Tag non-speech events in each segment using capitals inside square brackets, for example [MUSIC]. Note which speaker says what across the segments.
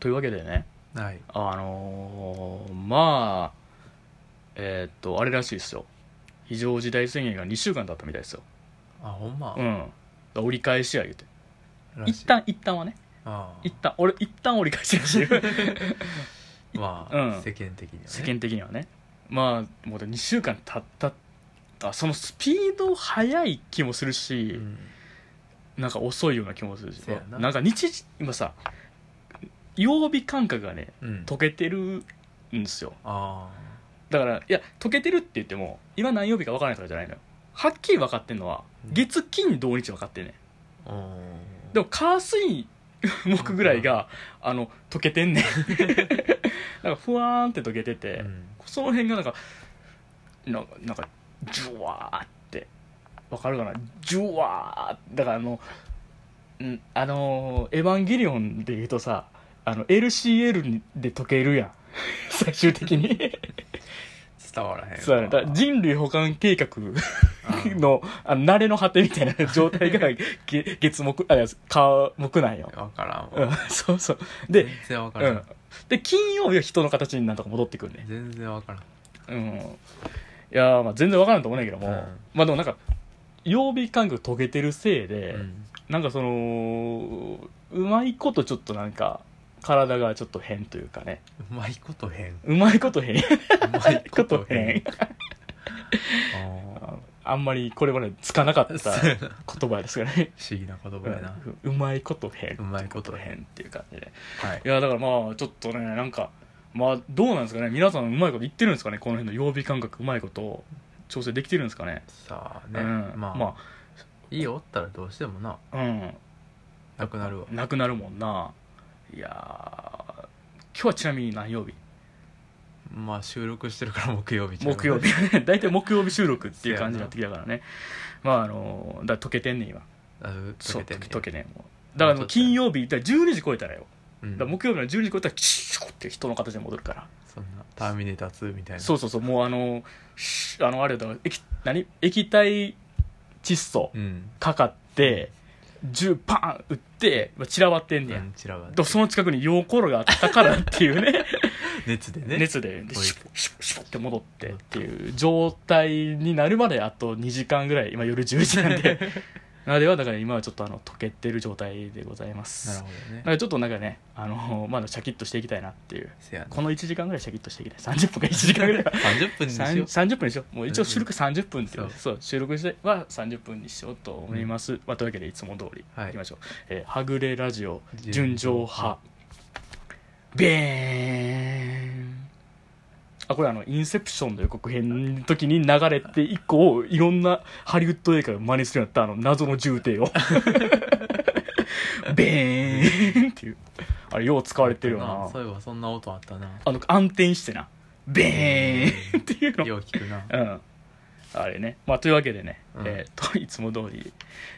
Speaker 1: というわけでね
Speaker 2: はい
Speaker 1: あのーまあえーっとあれらしいですよ非常事態宣言が2週間だったみたいですよ
Speaker 2: あほんま、
Speaker 1: うん折り返しや言うて
Speaker 2: らしい
Speaker 1: 一旦一旦はね
Speaker 2: あ
Speaker 1: 一旦俺一旦折り返しやし [LAUGHS]
Speaker 2: あまあ、
Speaker 1: うん
Speaker 2: 世間的にはね
Speaker 1: 世間的にはねまあもう2週間経ったあそのスピード速い気もするし、
Speaker 2: うん
Speaker 1: なんか遅いような気もするし
Speaker 2: せやなん
Speaker 1: か日時今さ曜日感覚がね
Speaker 2: うん
Speaker 1: 溶けてるんですよ
Speaker 2: あ
Speaker 1: だからいや溶けてるって言っても今何曜日か分からないからじゃないのよはっきり分かってんのは
Speaker 2: うん
Speaker 1: 月金土日分かってんね
Speaker 2: あうん
Speaker 1: んでも火水木ぐらいがあの溶けてんねん [LAUGHS] なんかふわーんって溶けてて、
Speaker 2: うん
Speaker 1: その辺がなんかなんかなんかジュワーってわかるかなジュワーだからあのんあのーエヴァンゲリオン」で言うとさあの LCL で溶けるやん [LAUGHS] 最終的に
Speaker 2: 伝わらへん
Speaker 1: そうやねだから人類保管計画 [LAUGHS] のあの慣れの果てみたいな状態がげ月木あいや火木なんよ、
Speaker 2: 分からん
Speaker 1: う
Speaker 2: わ
Speaker 1: ん、 [LAUGHS] そうそうで,、
Speaker 2: 全然分か
Speaker 1: う
Speaker 2: らん、
Speaker 1: ん、で金曜日は人の形になんとか戻ってくるね
Speaker 2: 全然分からん
Speaker 1: うん、いやーまあ全然わからんと思うねんけども、
Speaker 2: うん
Speaker 1: まあでもなんか曜日感覚遂げてるせいで、
Speaker 2: うん
Speaker 1: なんかそのうまいことちょっとなんか体がちょっと変というかね
Speaker 2: うまいこと変う
Speaker 1: うまいこと変う
Speaker 2: ま
Speaker 1: まいこと変
Speaker 2: あ
Speaker 1: [LAUGHS] ああんまりこれまでつかなかっ
Speaker 2: ー
Speaker 1: た
Speaker 2: そうやな
Speaker 1: 言葉ですからね
Speaker 2: [LAUGHS] 不思議な言葉
Speaker 1: う
Speaker 2: やな、
Speaker 1: んうまいこと変
Speaker 2: うまいこと変
Speaker 1: 変っていう感じで
Speaker 2: はい
Speaker 1: いやだからまあちょっとねなんかまあどうなんですかね皆さんうまいこと言ってるんですかねこの辺の曜日感覚うまいこと調整できてるんですかね
Speaker 2: さあね、
Speaker 1: うん、
Speaker 2: まあ、
Speaker 1: ま
Speaker 2: いいよおったらどうしてもな
Speaker 1: あうん
Speaker 2: なくなるわ
Speaker 1: なくなるもんないやー今日はちなみに何曜日
Speaker 2: まあ収録してるから木曜日ちゃう
Speaker 1: 木曜日 [LAUGHS] 大体木曜日収録っていう感じになってきたからねまああのーだから溶けてんねん今
Speaker 2: あ
Speaker 1: そ
Speaker 2: 溶
Speaker 1: う
Speaker 2: けて
Speaker 1: 溶
Speaker 2: ん
Speaker 1: け
Speaker 2: ね
Speaker 1: 溶けてんもうだからもう金曜日だから12時超えたらよ
Speaker 2: うん
Speaker 1: だから木曜日の12時超えたらシュッって人の形に戻るから
Speaker 2: そんなターミネーター2みたいな
Speaker 1: そうそうそうもうあのーシュッあのあれだから液何液体窒素
Speaker 2: うん
Speaker 1: かかって銃パン撃ってまあ散らばってんねや、
Speaker 2: うんちらは
Speaker 1: とその近くに溶コロがあったからっていう
Speaker 2: [LAUGHS]
Speaker 1: ね
Speaker 2: 熱でね
Speaker 1: 熱でで
Speaker 2: こういう
Speaker 1: シュッシュッシュッって戻ってっていう状態になるまであと2時間ぐらい今夜10時なん
Speaker 2: [LAUGHS]
Speaker 1: でなのではだから今はちょっとあの溶けてる状態でございま
Speaker 2: なる
Speaker 1: す
Speaker 2: ほどね
Speaker 1: だからちょっとなんかねあのまだシャキッとしていきたいなっていう
Speaker 2: せやな
Speaker 1: この1時間ぐらいシャキッとしていきたい30分か1時間ぐらいは
Speaker 2: 30分にしよう
Speaker 1: 30分にしようもう一応収録30分っていうね
Speaker 2: そ
Speaker 1: そう収録しては30分にしようと思います、まあ、というわけでいつも通り
Speaker 2: はい
Speaker 1: いきましょう、えーはぐれラジオ純
Speaker 2: 純
Speaker 1: 情
Speaker 2: 情
Speaker 1: 派
Speaker 2: 派
Speaker 1: ベーンあこれあのインセプションの予告編の時に流れて以降いろんなハリウッド映画が真似するようになったあの謎の重低をベーンっていうあれよう使われてるよな
Speaker 2: そういえばそんな音あったな
Speaker 1: あの暗転してなベーンっていうの
Speaker 2: よう聞くな
Speaker 1: うん、あれね、まあ、というわけでね、
Speaker 2: うん
Speaker 1: えーといつも通り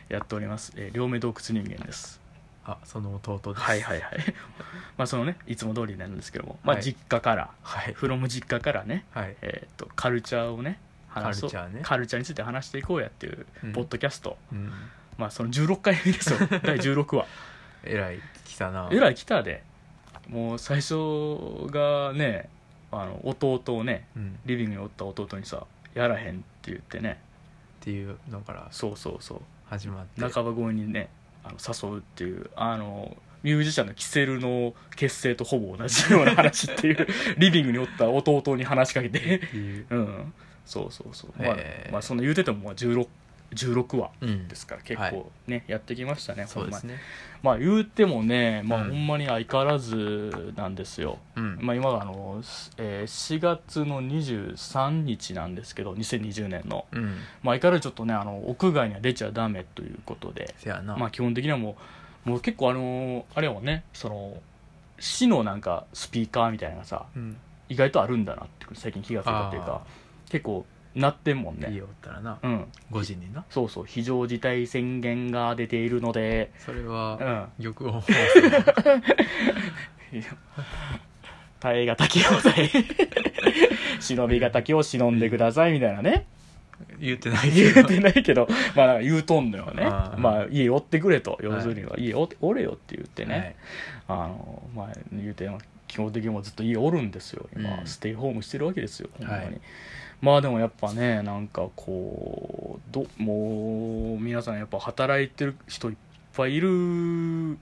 Speaker 1: やっております、えー両目洞窟人間です
Speaker 2: あその弟です
Speaker 1: はいはいはい [LAUGHS] まあそのねいつも通りなんですけども、まあ、
Speaker 2: はい
Speaker 1: 実家から、
Speaker 2: はい
Speaker 1: フロム実家からね、
Speaker 2: はい
Speaker 1: えー、とカルチャーをね話そう
Speaker 2: カルチャーね
Speaker 1: カルチャーについて話していこうやっていう
Speaker 2: うん
Speaker 1: ポッドキャスト、
Speaker 2: うん
Speaker 1: まあその16回目
Speaker 2: [LAUGHS]
Speaker 1: ですよ第16話
Speaker 2: えらい来たな
Speaker 1: えらい来たでもう最初がねあの弟をね
Speaker 2: うん
Speaker 1: リビングにおった弟にさ「やらへん」って言ってね
Speaker 2: っていうのから
Speaker 1: そうそうそう
Speaker 2: 始まって
Speaker 1: 半ば強引にねあの誘うっていうあのミュージシャンのキセルの結成とほぼ同じような話っていう
Speaker 2: [LAUGHS]
Speaker 1: リビングにおった弟に話しかけて
Speaker 2: って [LAUGHS] いう
Speaker 1: うんそうそうそうまあ、
Speaker 2: えー
Speaker 1: まあ、そんな言うててもまあ 16, 16話
Speaker 2: うん
Speaker 1: ですから結構ね、やってきましたね
Speaker 2: そうです
Speaker 1: ほんまに
Speaker 2: ね
Speaker 1: まあ言うてもね、まあ、
Speaker 2: う
Speaker 1: ほ
Speaker 2: ん
Speaker 1: んまに相変わらずなんですよ、
Speaker 2: うん
Speaker 1: まあ、今があの、すえー4月の23日なんですけど2020年の、
Speaker 2: うん
Speaker 1: まあ、相変わらずちょっとねあの屋外には出ちゃダメということで
Speaker 2: せやな
Speaker 1: まあ基本的にはもうもう結構あのーあれやもんねその市のなんかスピーカーみたいなのがさ
Speaker 2: うん
Speaker 1: 意外とあるんだなって最近気がついたっていうか結構なってんもん
Speaker 2: いい
Speaker 1: ね
Speaker 2: よったらな
Speaker 1: うん
Speaker 2: 5時にな
Speaker 1: そうそう非常事態宣言が出ているので
Speaker 2: それ
Speaker 1: う
Speaker 2: は
Speaker 1: ん [LAUGHS]
Speaker 2: 玉音放送だ
Speaker 1: 耐え
Speaker 2: [LAUGHS]
Speaker 1: がたきを耐え忍びがたきを忍んでくださいみたいなね
Speaker 2: 言ってないけ
Speaker 1: 言
Speaker 2: ど
Speaker 1: うてないけどまあなんか言うとんのよね
Speaker 2: あー
Speaker 1: まあ家寄ってくれと要するには家おおれよって言ってね、
Speaker 2: はい
Speaker 1: あのまあ言うて基本的にもうずっと家おるんですよ今、
Speaker 2: うん
Speaker 1: ステイホームしてるわけですよほんまに、
Speaker 2: はい
Speaker 1: まあでもやっぱねなんかこうどもう皆さんやっぱ働いてる人いっぱいいる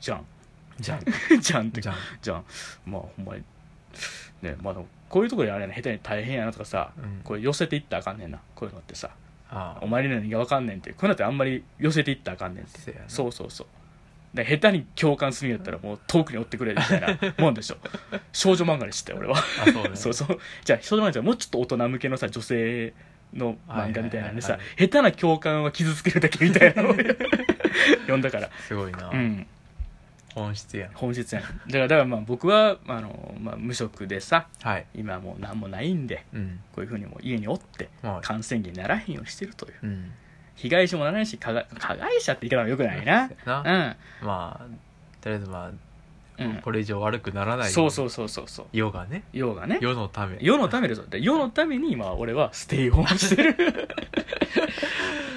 Speaker 1: じゃん [LAUGHS]
Speaker 2: じゃん
Speaker 1: じゃんって
Speaker 2: じゃん
Speaker 1: じゃんまあほんまにねまあでもこういうところであれやね下手に大変やなとかさ、
Speaker 2: うん
Speaker 1: これ寄せていったらあかんねんなこういうのってさ
Speaker 2: あ
Speaker 1: お前に何が分かんねんってこういうのってあんまり寄せていったらあかんねんって
Speaker 2: せやな
Speaker 1: そうそうそうで下手に共感するんやったらもう遠くに追ってくれみたい
Speaker 2: [LAUGHS]
Speaker 1: なもんでしょ少女漫画で知ったよ俺は
Speaker 2: あそうね
Speaker 1: [LAUGHS] そうそうじゃあ少女漫画じゃもうちょっと大人向けのさ女性の漫画みたいなんでさ、
Speaker 2: はいは
Speaker 1: 下
Speaker 2: い
Speaker 1: 手な共感は傷つけるだけみたいなのを
Speaker 2: [LAUGHS]
Speaker 1: 読んだから
Speaker 2: すごいな、
Speaker 1: うん
Speaker 2: 本質やな
Speaker 1: 本質やんだからだからまあ僕はあの、まあ、無職でさ
Speaker 2: はい
Speaker 1: 今もう何もないんで
Speaker 2: うん
Speaker 1: こういうふうにもう家におって
Speaker 2: まあ
Speaker 1: 感染源にならへんようにしてるという
Speaker 2: うん
Speaker 1: 被害者もならないし加害加害者って言い方はよくないな
Speaker 2: そうやなまあとりあえずま
Speaker 1: うん、うん
Speaker 2: あ、これ以上悪くならない
Speaker 1: そう
Speaker 2: う
Speaker 1: そうそうそうそう
Speaker 2: 世がね
Speaker 1: 世がね
Speaker 2: 世のため
Speaker 1: 世のためですよで世のために今俺はステイホームしてる
Speaker 2: [LAUGHS]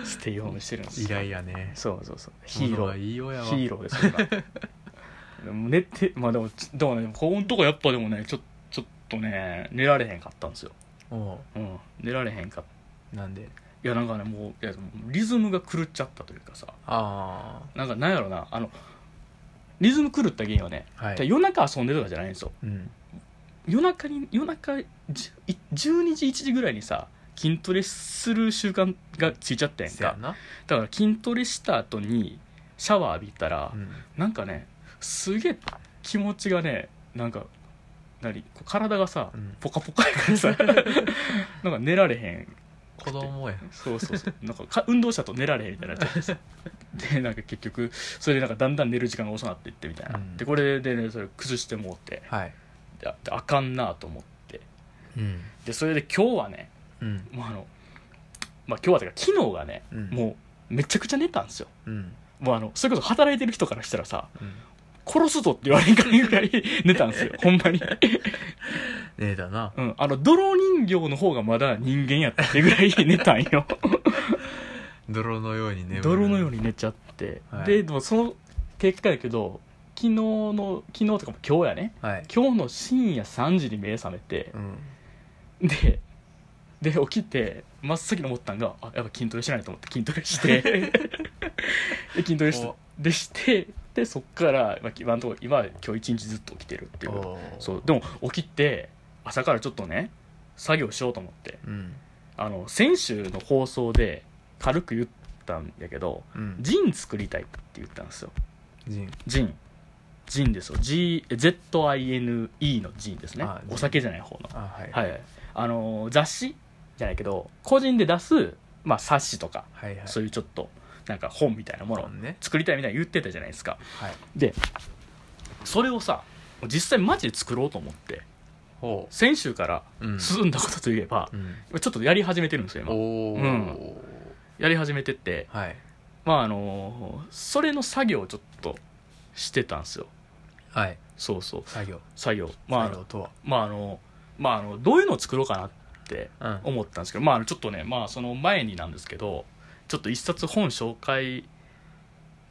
Speaker 1: ステイホームしてるんです
Speaker 2: 依頼やね
Speaker 1: そうそうそうヒー
Speaker 2: 物
Speaker 1: ロ
Speaker 2: はいいよや
Speaker 1: ー
Speaker 2: わ
Speaker 1: ヒーローですよ今でも寝てまあでもでもねここのとこやっぱでもねちょちょっとね寝られへんかったんですよ、
Speaker 2: お
Speaker 1: うん、寝られへんかっ
Speaker 2: うなんで
Speaker 1: いやなんかねもういやもうリズムが狂っちゃったというかさ
Speaker 2: あ
Speaker 1: なんかなんやろなあのリズム狂った原因はね、
Speaker 2: あはい
Speaker 1: じゃあ夜中遊んでるとかじゃないんですよ
Speaker 2: うん
Speaker 1: 夜中に夜中じゅい12時1時ぐらいにさ筋トレする習慣がついちゃったやん
Speaker 2: せや
Speaker 1: か
Speaker 2: な
Speaker 1: だから筋トレした後にシャワー浴びたら、
Speaker 2: うん
Speaker 1: なんかねすげえ気持ちがねなんか何こう体がさ、
Speaker 2: うん
Speaker 1: ポカポカやから
Speaker 2: [LAUGHS]
Speaker 1: さなんか寝られへん
Speaker 2: 子供や
Speaker 1: そうそうそうなんかか運動したと寝られへんみたいになっちゃって
Speaker 2: [LAUGHS]
Speaker 1: さでなんか結局それでなんかだんだん寝る時間が遅くなっていってみたいな、
Speaker 2: うん
Speaker 1: でこれでねそれ崩してもうて
Speaker 2: はい
Speaker 1: であであかんなと思って
Speaker 2: うん
Speaker 1: でそれで今日はね
Speaker 2: うん
Speaker 1: もうあの、まあ、今日はというか昨日がね、
Speaker 2: うん
Speaker 1: もうめちゃくちゃ寝たんですよ
Speaker 2: うん
Speaker 1: もうあのそれこそ働いてる人からしたらさ
Speaker 2: うん
Speaker 1: 殺すぞって言われんかいぐ
Speaker 2: [LAUGHS]
Speaker 1: らい寝たんですよほんまに、
Speaker 2: ねえだな
Speaker 1: うん、あの泥人形の方がまだ人間やったってぐらい寝たんよ
Speaker 2: 泥のように [LAUGHS] 眠る
Speaker 1: 泥のように寝ちゃって、
Speaker 2: はい
Speaker 1: ででもその結果やけど昨日の昨日とかも今日やね
Speaker 2: はい
Speaker 1: 今日の深夜3時に目覚めて
Speaker 2: う、ん
Speaker 1: でで起きて真っ先に思ったんがあやっぱ筋トレしないと思って筋トレしてで筋トレし
Speaker 2: お
Speaker 1: でしてでそっから、まあ、今のところ今は今日一日ずっと起きてるっていう
Speaker 2: おー
Speaker 1: そうでも起きて朝からちょっとね作業しようと思って
Speaker 2: うん
Speaker 1: あの先週の放送で軽く言ったんやけど
Speaker 2: うん
Speaker 1: ジン作りたいって言ったんですよ
Speaker 2: ジン
Speaker 1: ジンジンですよ G- ZINE のジンですね
Speaker 2: あジン
Speaker 1: お酒じゃない方の
Speaker 2: あはい
Speaker 1: はいいはい、あのー雑誌じゃないけど個人で出す、まあ、冊子とか、
Speaker 2: はいはい
Speaker 1: そういうちょっとなんか本みたいなものを
Speaker 2: 本ね
Speaker 1: 作りたいみたいに言ってたじゃないですか
Speaker 2: はい
Speaker 1: でそれをさ実際マジで作ろうと思って
Speaker 2: ほ
Speaker 1: 先週から
Speaker 2: ううん
Speaker 1: 進んだことといえば
Speaker 2: う、ん
Speaker 1: ちょっとやり始めてるんですよ
Speaker 2: お
Speaker 1: 今
Speaker 2: お
Speaker 1: うんやり始めてて
Speaker 2: はい
Speaker 1: まああのーそれの作業をちょっとしてたんですよ
Speaker 2: はい
Speaker 1: そうそう
Speaker 2: 作業
Speaker 1: 作業まああ
Speaker 2: 作
Speaker 1: の
Speaker 2: 業とは
Speaker 1: まああのまああのどういうのを作ろうかなって
Speaker 2: うん
Speaker 1: 思ったんですけど、まあ、あのちょっとね、まあ、その前になんですけどちょっと一冊本紹介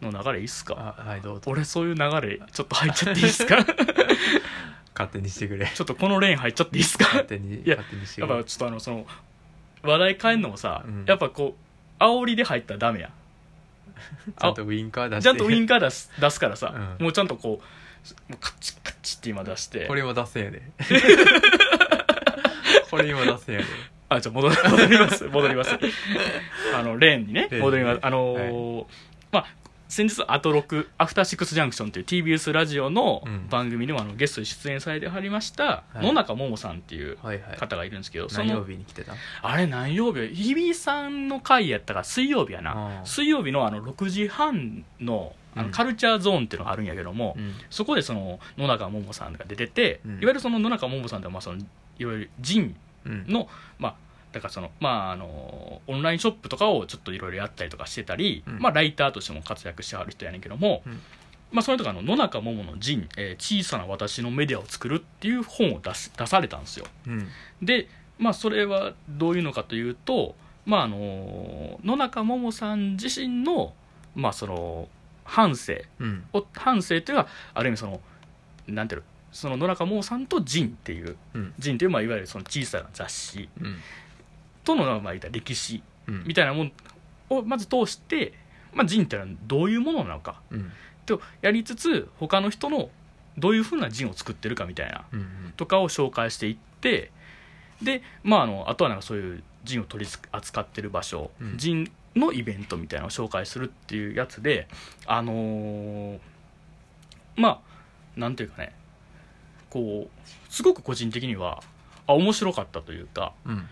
Speaker 1: の流れいいっすか
Speaker 2: あはいどうぞ
Speaker 1: 俺そういう流れちょっと入っちゃっていいっす
Speaker 2: [LAUGHS]
Speaker 1: かち
Speaker 2: 勝手にし
Speaker 1: [LAUGHS]
Speaker 2: てくれ
Speaker 1: ょっとこのレーン入っちゃっていいっすか
Speaker 2: 勝手
Speaker 1: い
Speaker 2: に
Speaker 1: や
Speaker 2: 勝手にして
Speaker 1: やっ
Speaker 2: くれ
Speaker 1: ぱちょっとあのその話題変えんのもさ、
Speaker 2: うん
Speaker 1: やっぱこう煽りで入ったらダメや
Speaker 2: ちゃんとウインカー出して
Speaker 1: ちゃんとウインカー出す出すからさ、
Speaker 2: うん
Speaker 1: もうちゃんとこうもうカチッカチッって今出して
Speaker 2: これ今出せんやで
Speaker 1: [LAUGHS]
Speaker 2: これ今出せんやで
Speaker 1: あ、じゃあ戻戻り [LAUGHS] ます。戻ります。あの、レーンにね、
Speaker 2: レーンにね
Speaker 1: 戻ります。あのーまあ、先日、アトロク、アフターシックスジャンクションという TBS ラジオの
Speaker 2: うん
Speaker 1: 番組でも、あのゲストに出演されてはりました、
Speaker 2: はい
Speaker 1: 野中桃さんっていう
Speaker 2: はいはい
Speaker 1: 方がいるんですけど、そ
Speaker 2: 何曜
Speaker 1: の、
Speaker 2: 日に来てた
Speaker 1: あれ何曜日日比さんの回やったから水曜日やな
Speaker 2: あ。ー
Speaker 1: 水曜日のあの6時半のあ
Speaker 2: う
Speaker 1: の
Speaker 2: ん
Speaker 1: カルチャーゾーンっていうのがあるんやけども、
Speaker 2: うん
Speaker 1: そこでその野中桃さんが出てて、
Speaker 2: うん
Speaker 1: いわゆるその野中桃さんではまあそのいわゆるジン
Speaker 2: うん
Speaker 1: の、まあ、だからその、まあ、あのオンラインショップとかをちょっといろいろやったりとかしてたり、
Speaker 2: うん
Speaker 1: まあ、ライターとしても活躍してはる人やねんけども、
Speaker 2: うん
Speaker 1: まあ、それとかあの野中桃の陣、えー小さな私のメディアを作る」っていう本を出す出されたんですよ
Speaker 2: うん
Speaker 1: で、まあ、それはどういうのかというとまああの野中桃さん自身のまあその反省
Speaker 2: うん
Speaker 1: を反省というのはある意味そのなんていうのその野中桃さんと「ジン」っていう
Speaker 2: うん
Speaker 1: 「ジン」っていうまあいわゆるその小さな雑誌
Speaker 2: うん
Speaker 1: とのまあ言ったら歴史
Speaker 2: うん
Speaker 1: みたいなもんをまず通して、まあ、ジンってのはどういうものなのか
Speaker 2: うん
Speaker 1: とやりつつ他の人のどういうふうなジンを作ってるかみたいな
Speaker 2: うん
Speaker 1: とかを紹介していってで、まあ、あのあとはなんかそういうジンを取り扱ってる場所、
Speaker 2: うん
Speaker 1: ジンのイベントみたいなのを紹介するっていうやつであのーまあなんていうかねこうすごく個人的にはあ面白かったというか
Speaker 2: うん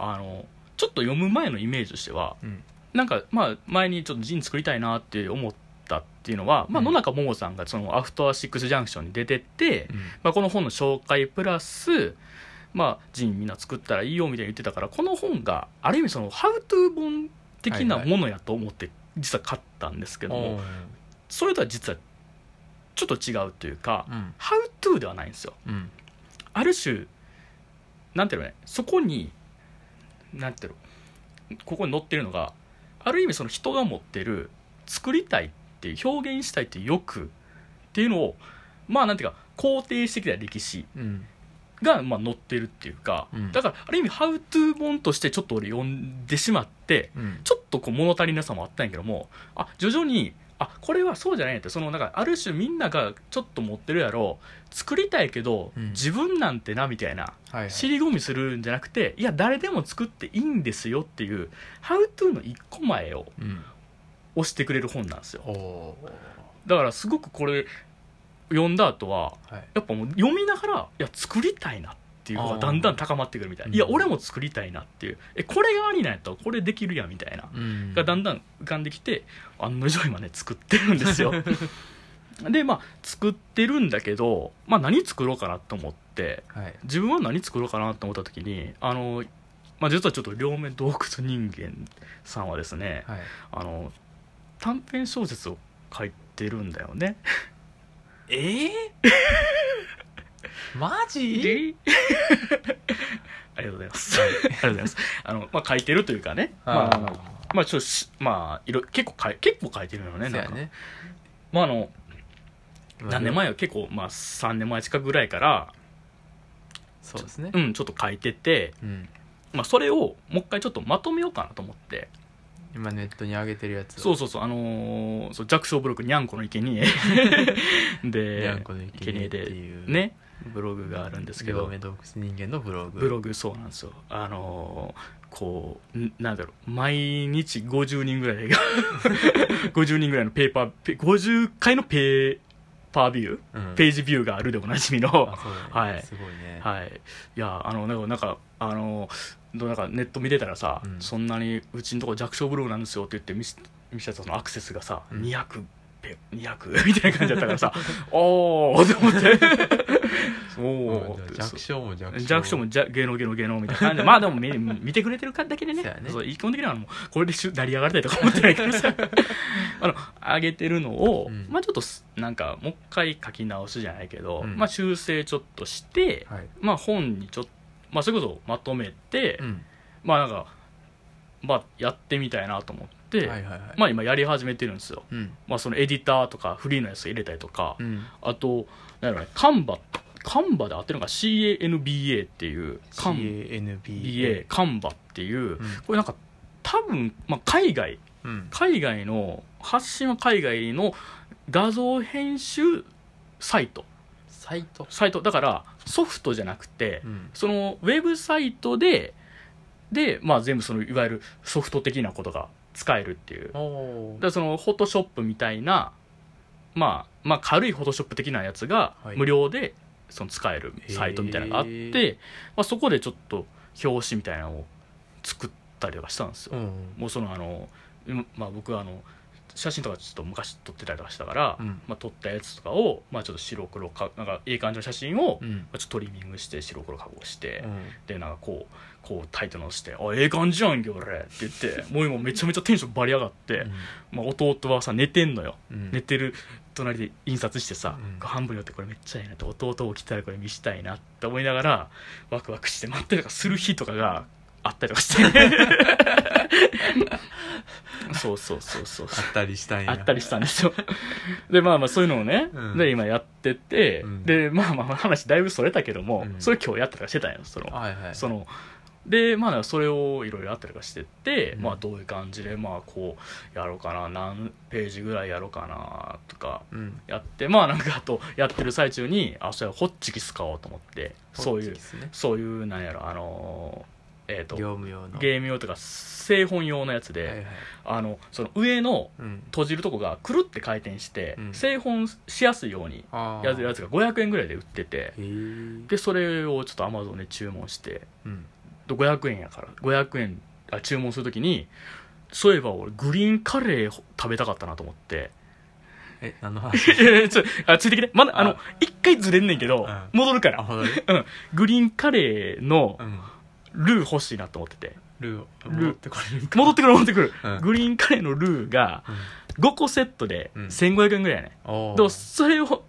Speaker 1: あのちょっと読む前のイメージとしては
Speaker 2: うん
Speaker 1: なんかまあ前にちょっとジン作りたいなって思ったっていうのは、まあ、
Speaker 2: うん
Speaker 1: 野中桃さんがそのアフターシックスジャンクションに出てって、
Speaker 2: うん
Speaker 1: まあ、この本の紹介プラス、まあ、ジンみんな作ったらいいよみたいに言ってたからこの本がある意味そのハウトゥー本的なものやと思って実は買ったんですけども、
Speaker 2: おー
Speaker 1: それとは実はちょっと違うというか、
Speaker 2: うん
Speaker 1: ハウトゥーではないんですよ。
Speaker 2: うん
Speaker 1: ある種なんていうのねそこになんていうのここに載ってるのがある意味その人が持ってる作りたいっていう表現したいっていう欲っていうのをまあなんていうか肯定してきた歴史
Speaker 2: うん
Speaker 1: がまあ載ってるっていうか、
Speaker 2: うん
Speaker 1: だからある意味「ハウトゥー本としてちょっと俺読んでしまって
Speaker 2: うん
Speaker 1: ちょっとこう物足りなさもあったんやけどもあ徐々にあこれはそうじゃないんやってそのなんかある種みんながちょっと持ってるやろ作りたいけど、
Speaker 2: うん
Speaker 1: 自分なんてなみたいな
Speaker 2: はいはい
Speaker 1: 尻込みするんじゃなくていや誰でも作っていいんですよっていう「ハウトゥーの一個前を
Speaker 2: うん
Speaker 1: 押してくれる本なんですよ
Speaker 2: おー
Speaker 1: だからすごくこれ読んだ後は
Speaker 2: はい
Speaker 1: やっぱもう読みながらいや作りたいなっていうのがだんだん高まってくるみたい
Speaker 2: あ
Speaker 1: な
Speaker 2: ー
Speaker 1: いや俺も作りたいなっていうえこれがありなんやったらこれできるやんみたいな
Speaker 2: うん
Speaker 1: がだんだん浮かんできて案の定今ね作ってるんです [LAUGHS]
Speaker 2: [LAUGHS]
Speaker 1: よでまあ作ってるんだけど、まあ、何作ろうかなと思って
Speaker 2: はい
Speaker 1: 自分は何作ろうかなと思った時にあの、まあ、実はちょっと両面洞窟人間さんはですね
Speaker 2: はい
Speaker 1: あの短編小説を書いてるんだよね
Speaker 2: え [LAUGHS] えマジ
Speaker 1: で [LAUGHS] ありがとうございます。ありがとうございます。あの、まあ、書いてるというかね。まあ、まあ、ちょっとし、まあ、いろ、結構書い、結構書いてるよね、
Speaker 2: そ
Speaker 1: な
Speaker 2: う
Speaker 1: ん
Speaker 2: や
Speaker 1: か。
Speaker 2: ね
Speaker 1: まあ、あの、何年前よ、結構、まあ、3年前近くぐらいから、
Speaker 2: そうですね
Speaker 1: うん、ちょっと書いてて、
Speaker 2: うん
Speaker 1: まあ、それを、もう一回ちょっとまとめようかなと思って。
Speaker 2: 今ネットに上げてるやつ
Speaker 1: そうそうそう、あのーそう、弱小ブログ、にゃんこの
Speaker 2: [LAUGHS]
Speaker 1: 生贄で、
Speaker 2: にゃんこの生贄って
Speaker 1: 生
Speaker 2: いう
Speaker 1: で、ね、ブログがあるんですけど、
Speaker 2: メ洞窟人間のブログ
Speaker 1: ブログそうなんですよあのーこうんなんだろう毎日50人ぐらい
Speaker 2: [LAUGHS]
Speaker 1: が50人ぐらいのペーパーペ50回のペーパービュー
Speaker 2: うん
Speaker 1: ページビューがあるでおなじみの、
Speaker 2: あそうだね
Speaker 1: はい
Speaker 2: すごいね
Speaker 1: はいいやあのなんかなんかあのどうなんかネット見てたらさ、
Speaker 2: うん
Speaker 1: そんなにうちのとこ弱小ブログなんですよって言って見せ見せたそのアクセスがさ、
Speaker 2: うん
Speaker 1: 200ペ200みたいな感じだったから
Speaker 2: [LAUGHS]
Speaker 1: さおおと思ってお
Speaker 2: うん
Speaker 1: おーって
Speaker 2: 弱小も弱小
Speaker 1: 弱小もじゃ芸能芸能芸能みたいな感じでまあでも見見てくれてるだけでね
Speaker 2: そうやね
Speaker 1: そう基本的にはもうこれでしゅ成り上がりたいとか思ってないから
Speaker 2: [LAUGHS]
Speaker 1: さあの上げてるのを、
Speaker 2: うん
Speaker 1: まあちょっとすなんかもう一回書き直すじゃないけど、
Speaker 2: うん
Speaker 1: まあ修正ちょっとして、
Speaker 2: はい
Speaker 1: まあ本にちょっと、まあ、それこそまとめて、
Speaker 2: うん
Speaker 1: まあなんかまあやってみたいなと思って、
Speaker 2: はいはいはい
Speaker 1: まあ今やり始めてるんですよ
Speaker 2: うん
Speaker 1: まあそのエディターとかフリーのやつ入れたりとか、
Speaker 2: うん
Speaker 1: あと、なんだろうね、カンバ、カンバで合ってるのが CANBA っていう、カン
Speaker 2: CANBA
Speaker 1: BA、カンバっていう、
Speaker 2: ん
Speaker 1: これなんか、多分、まあ、海外、
Speaker 2: うん
Speaker 1: 海外の、発信は海外の画像編集サイト、
Speaker 2: サイト
Speaker 1: サイト、だからソフトじゃなくて、
Speaker 2: うん
Speaker 1: そのウェブサイトで、で、まあ全部その、いわゆるソフト的なことが使えるっていう。
Speaker 2: お
Speaker 1: だからそのフォトショップみたいな、まあ、まあ軽いフォトショップ的なやつが
Speaker 2: はい
Speaker 1: 無料でその使えるサイトみたいなのがあって、
Speaker 2: へー
Speaker 1: まあ、そこでちょっと表紙みたいなのを作ったりとかしたんですよ、
Speaker 2: うん
Speaker 1: もうそのあの、うんまあ、僕はあの写真とかちょっと昔撮ってたりとかしたから、
Speaker 2: うん
Speaker 1: まあ、撮ったやつとかを、まあ、ちょっと白黒かなんかいい感じの写真を、
Speaker 2: う
Speaker 1: ま
Speaker 2: ん
Speaker 1: あちょっとトリミングして白黒加工して、
Speaker 2: うん
Speaker 1: でなんかこうこうタイトルをして「あええ感じやんけ俺」って言ってもう今めちゃめちゃテンションバリ上がって、まあ、弟はさ寝てんのよ
Speaker 2: うん
Speaker 1: 寝てる隣で印刷してさ、
Speaker 2: うん
Speaker 1: 半分に寄ってこれめっちゃいいなって
Speaker 2: [LAUGHS]
Speaker 1: 弟起きたらこれ見したいなって思いながらワクワクして待ってるとかする日とかがあったりとかしてそうそうそうそう
Speaker 2: あったりしたんや
Speaker 1: あったりしたんですよでまあまあそういうのをね、
Speaker 2: うん
Speaker 1: で今やってて、
Speaker 2: うん
Speaker 1: でまあまあ話だいぶそれたけども、
Speaker 2: うん
Speaker 1: それ今日やったりとかしてたんよその
Speaker 2: はいはい
Speaker 1: そのでまあそれをいろいろやったりとかしてって、
Speaker 2: うん
Speaker 1: まあどういう感じでまあこうやろうかな何ページぐらいやろうかなとか
Speaker 2: うん
Speaker 1: やってまあなんかあとやってる最中にあそれホッチキス買おうと思ってそうい
Speaker 2: ホッチ
Speaker 1: う
Speaker 2: キスね
Speaker 1: そういうなんやろあのーえっ、と
Speaker 2: 業務用の
Speaker 1: ゲーム用とか製本用のやつで、
Speaker 2: はいはい
Speaker 1: あのその上の
Speaker 2: うん
Speaker 1: 閉じるとこがくるって回転して、
Speaker 2: うん
Speaker 1: 製本しやすいように
Speaker 2: あ
Speaker 1: やるや
Speaker 2: つ
Speaker 1: つが500円ぐらいで売ってて
Speaker 2: へえうん
Speaker 1: でそれをちょっとアマゾンで注文してで500円やから500円あ注文するときにそういえば俺グリーンカレー食べたかったなと思って
Speaker 2: え何の話
Speaker 1: [LAUGHS] ちょあついてきてまだあの
Speaker 2: あ
Speaker 1: 一回ずれんねんけど、
Speaker 2: うん
Speaker 1: 戻るか
Speaker 2: [LAUGHS] あ
Speaker 1: ら
Speaker 2: ほどね
Speaker 1: グリーンカレーの
Speaker 2: うん
Speaker 1: ルー欲しいなと思ってて
Speaker 2: ルーを
Speaker 1: ルー
Speaker 2: 戻ってこれるか
Speaker 1: 戻ってくる戻ってくる、
Speaker 2: うん
Speaker 1: グリーンカレーのルーが
Speaker 2: うん
Speaker 1: 5個セットで
Speaker 2: うん
Speaker 1: 1500円ぐらいやね、
Speaker 2: おー
Speaker 1: でもそれを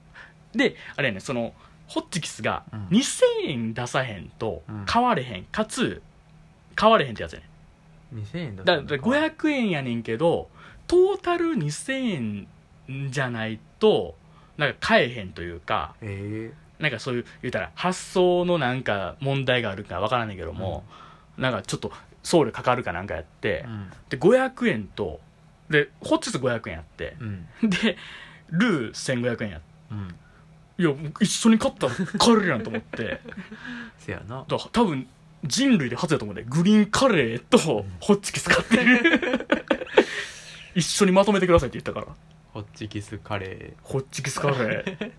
Speaker 1: であれやねそのホッチキスが
Speaker 2: うん
Speaker 1: 2000円出さへんと
Speaker 2: うん
Speaker 1: 買われへん、かつ買われへんってやつやね
Speaker 2: 2000円だった
Speaker 1: だ
Speaker 2: の
Speaker 1: だ500円やねんけどトータル2000円じゃないとなんか買えへんというか
Speaker 2: え
Speaker 1: なんかそういう言うたら発想のなんか問題があるかわからないけども、なんかちょっと送料かかるかなんかやって
Speaker 2: え、うん
Speaker 1: で500円とでホッチキス500円やって
Speaker 2: うん
Speaker 1: でルー1500円やって
Speaker 2: うん
Speaker 1: いや一緒に買ったら買えるやんと思ってだか
Speaker 2: せやな
Speaker 1: ら多分人類で初だと思うねグリーンカレーとホッチキス買ってる [LAUGHS] 一緒にまとめてくださいって言ったから
Speaker 2: ホッチキスカレ
Speaker 1: ホッチキスカレー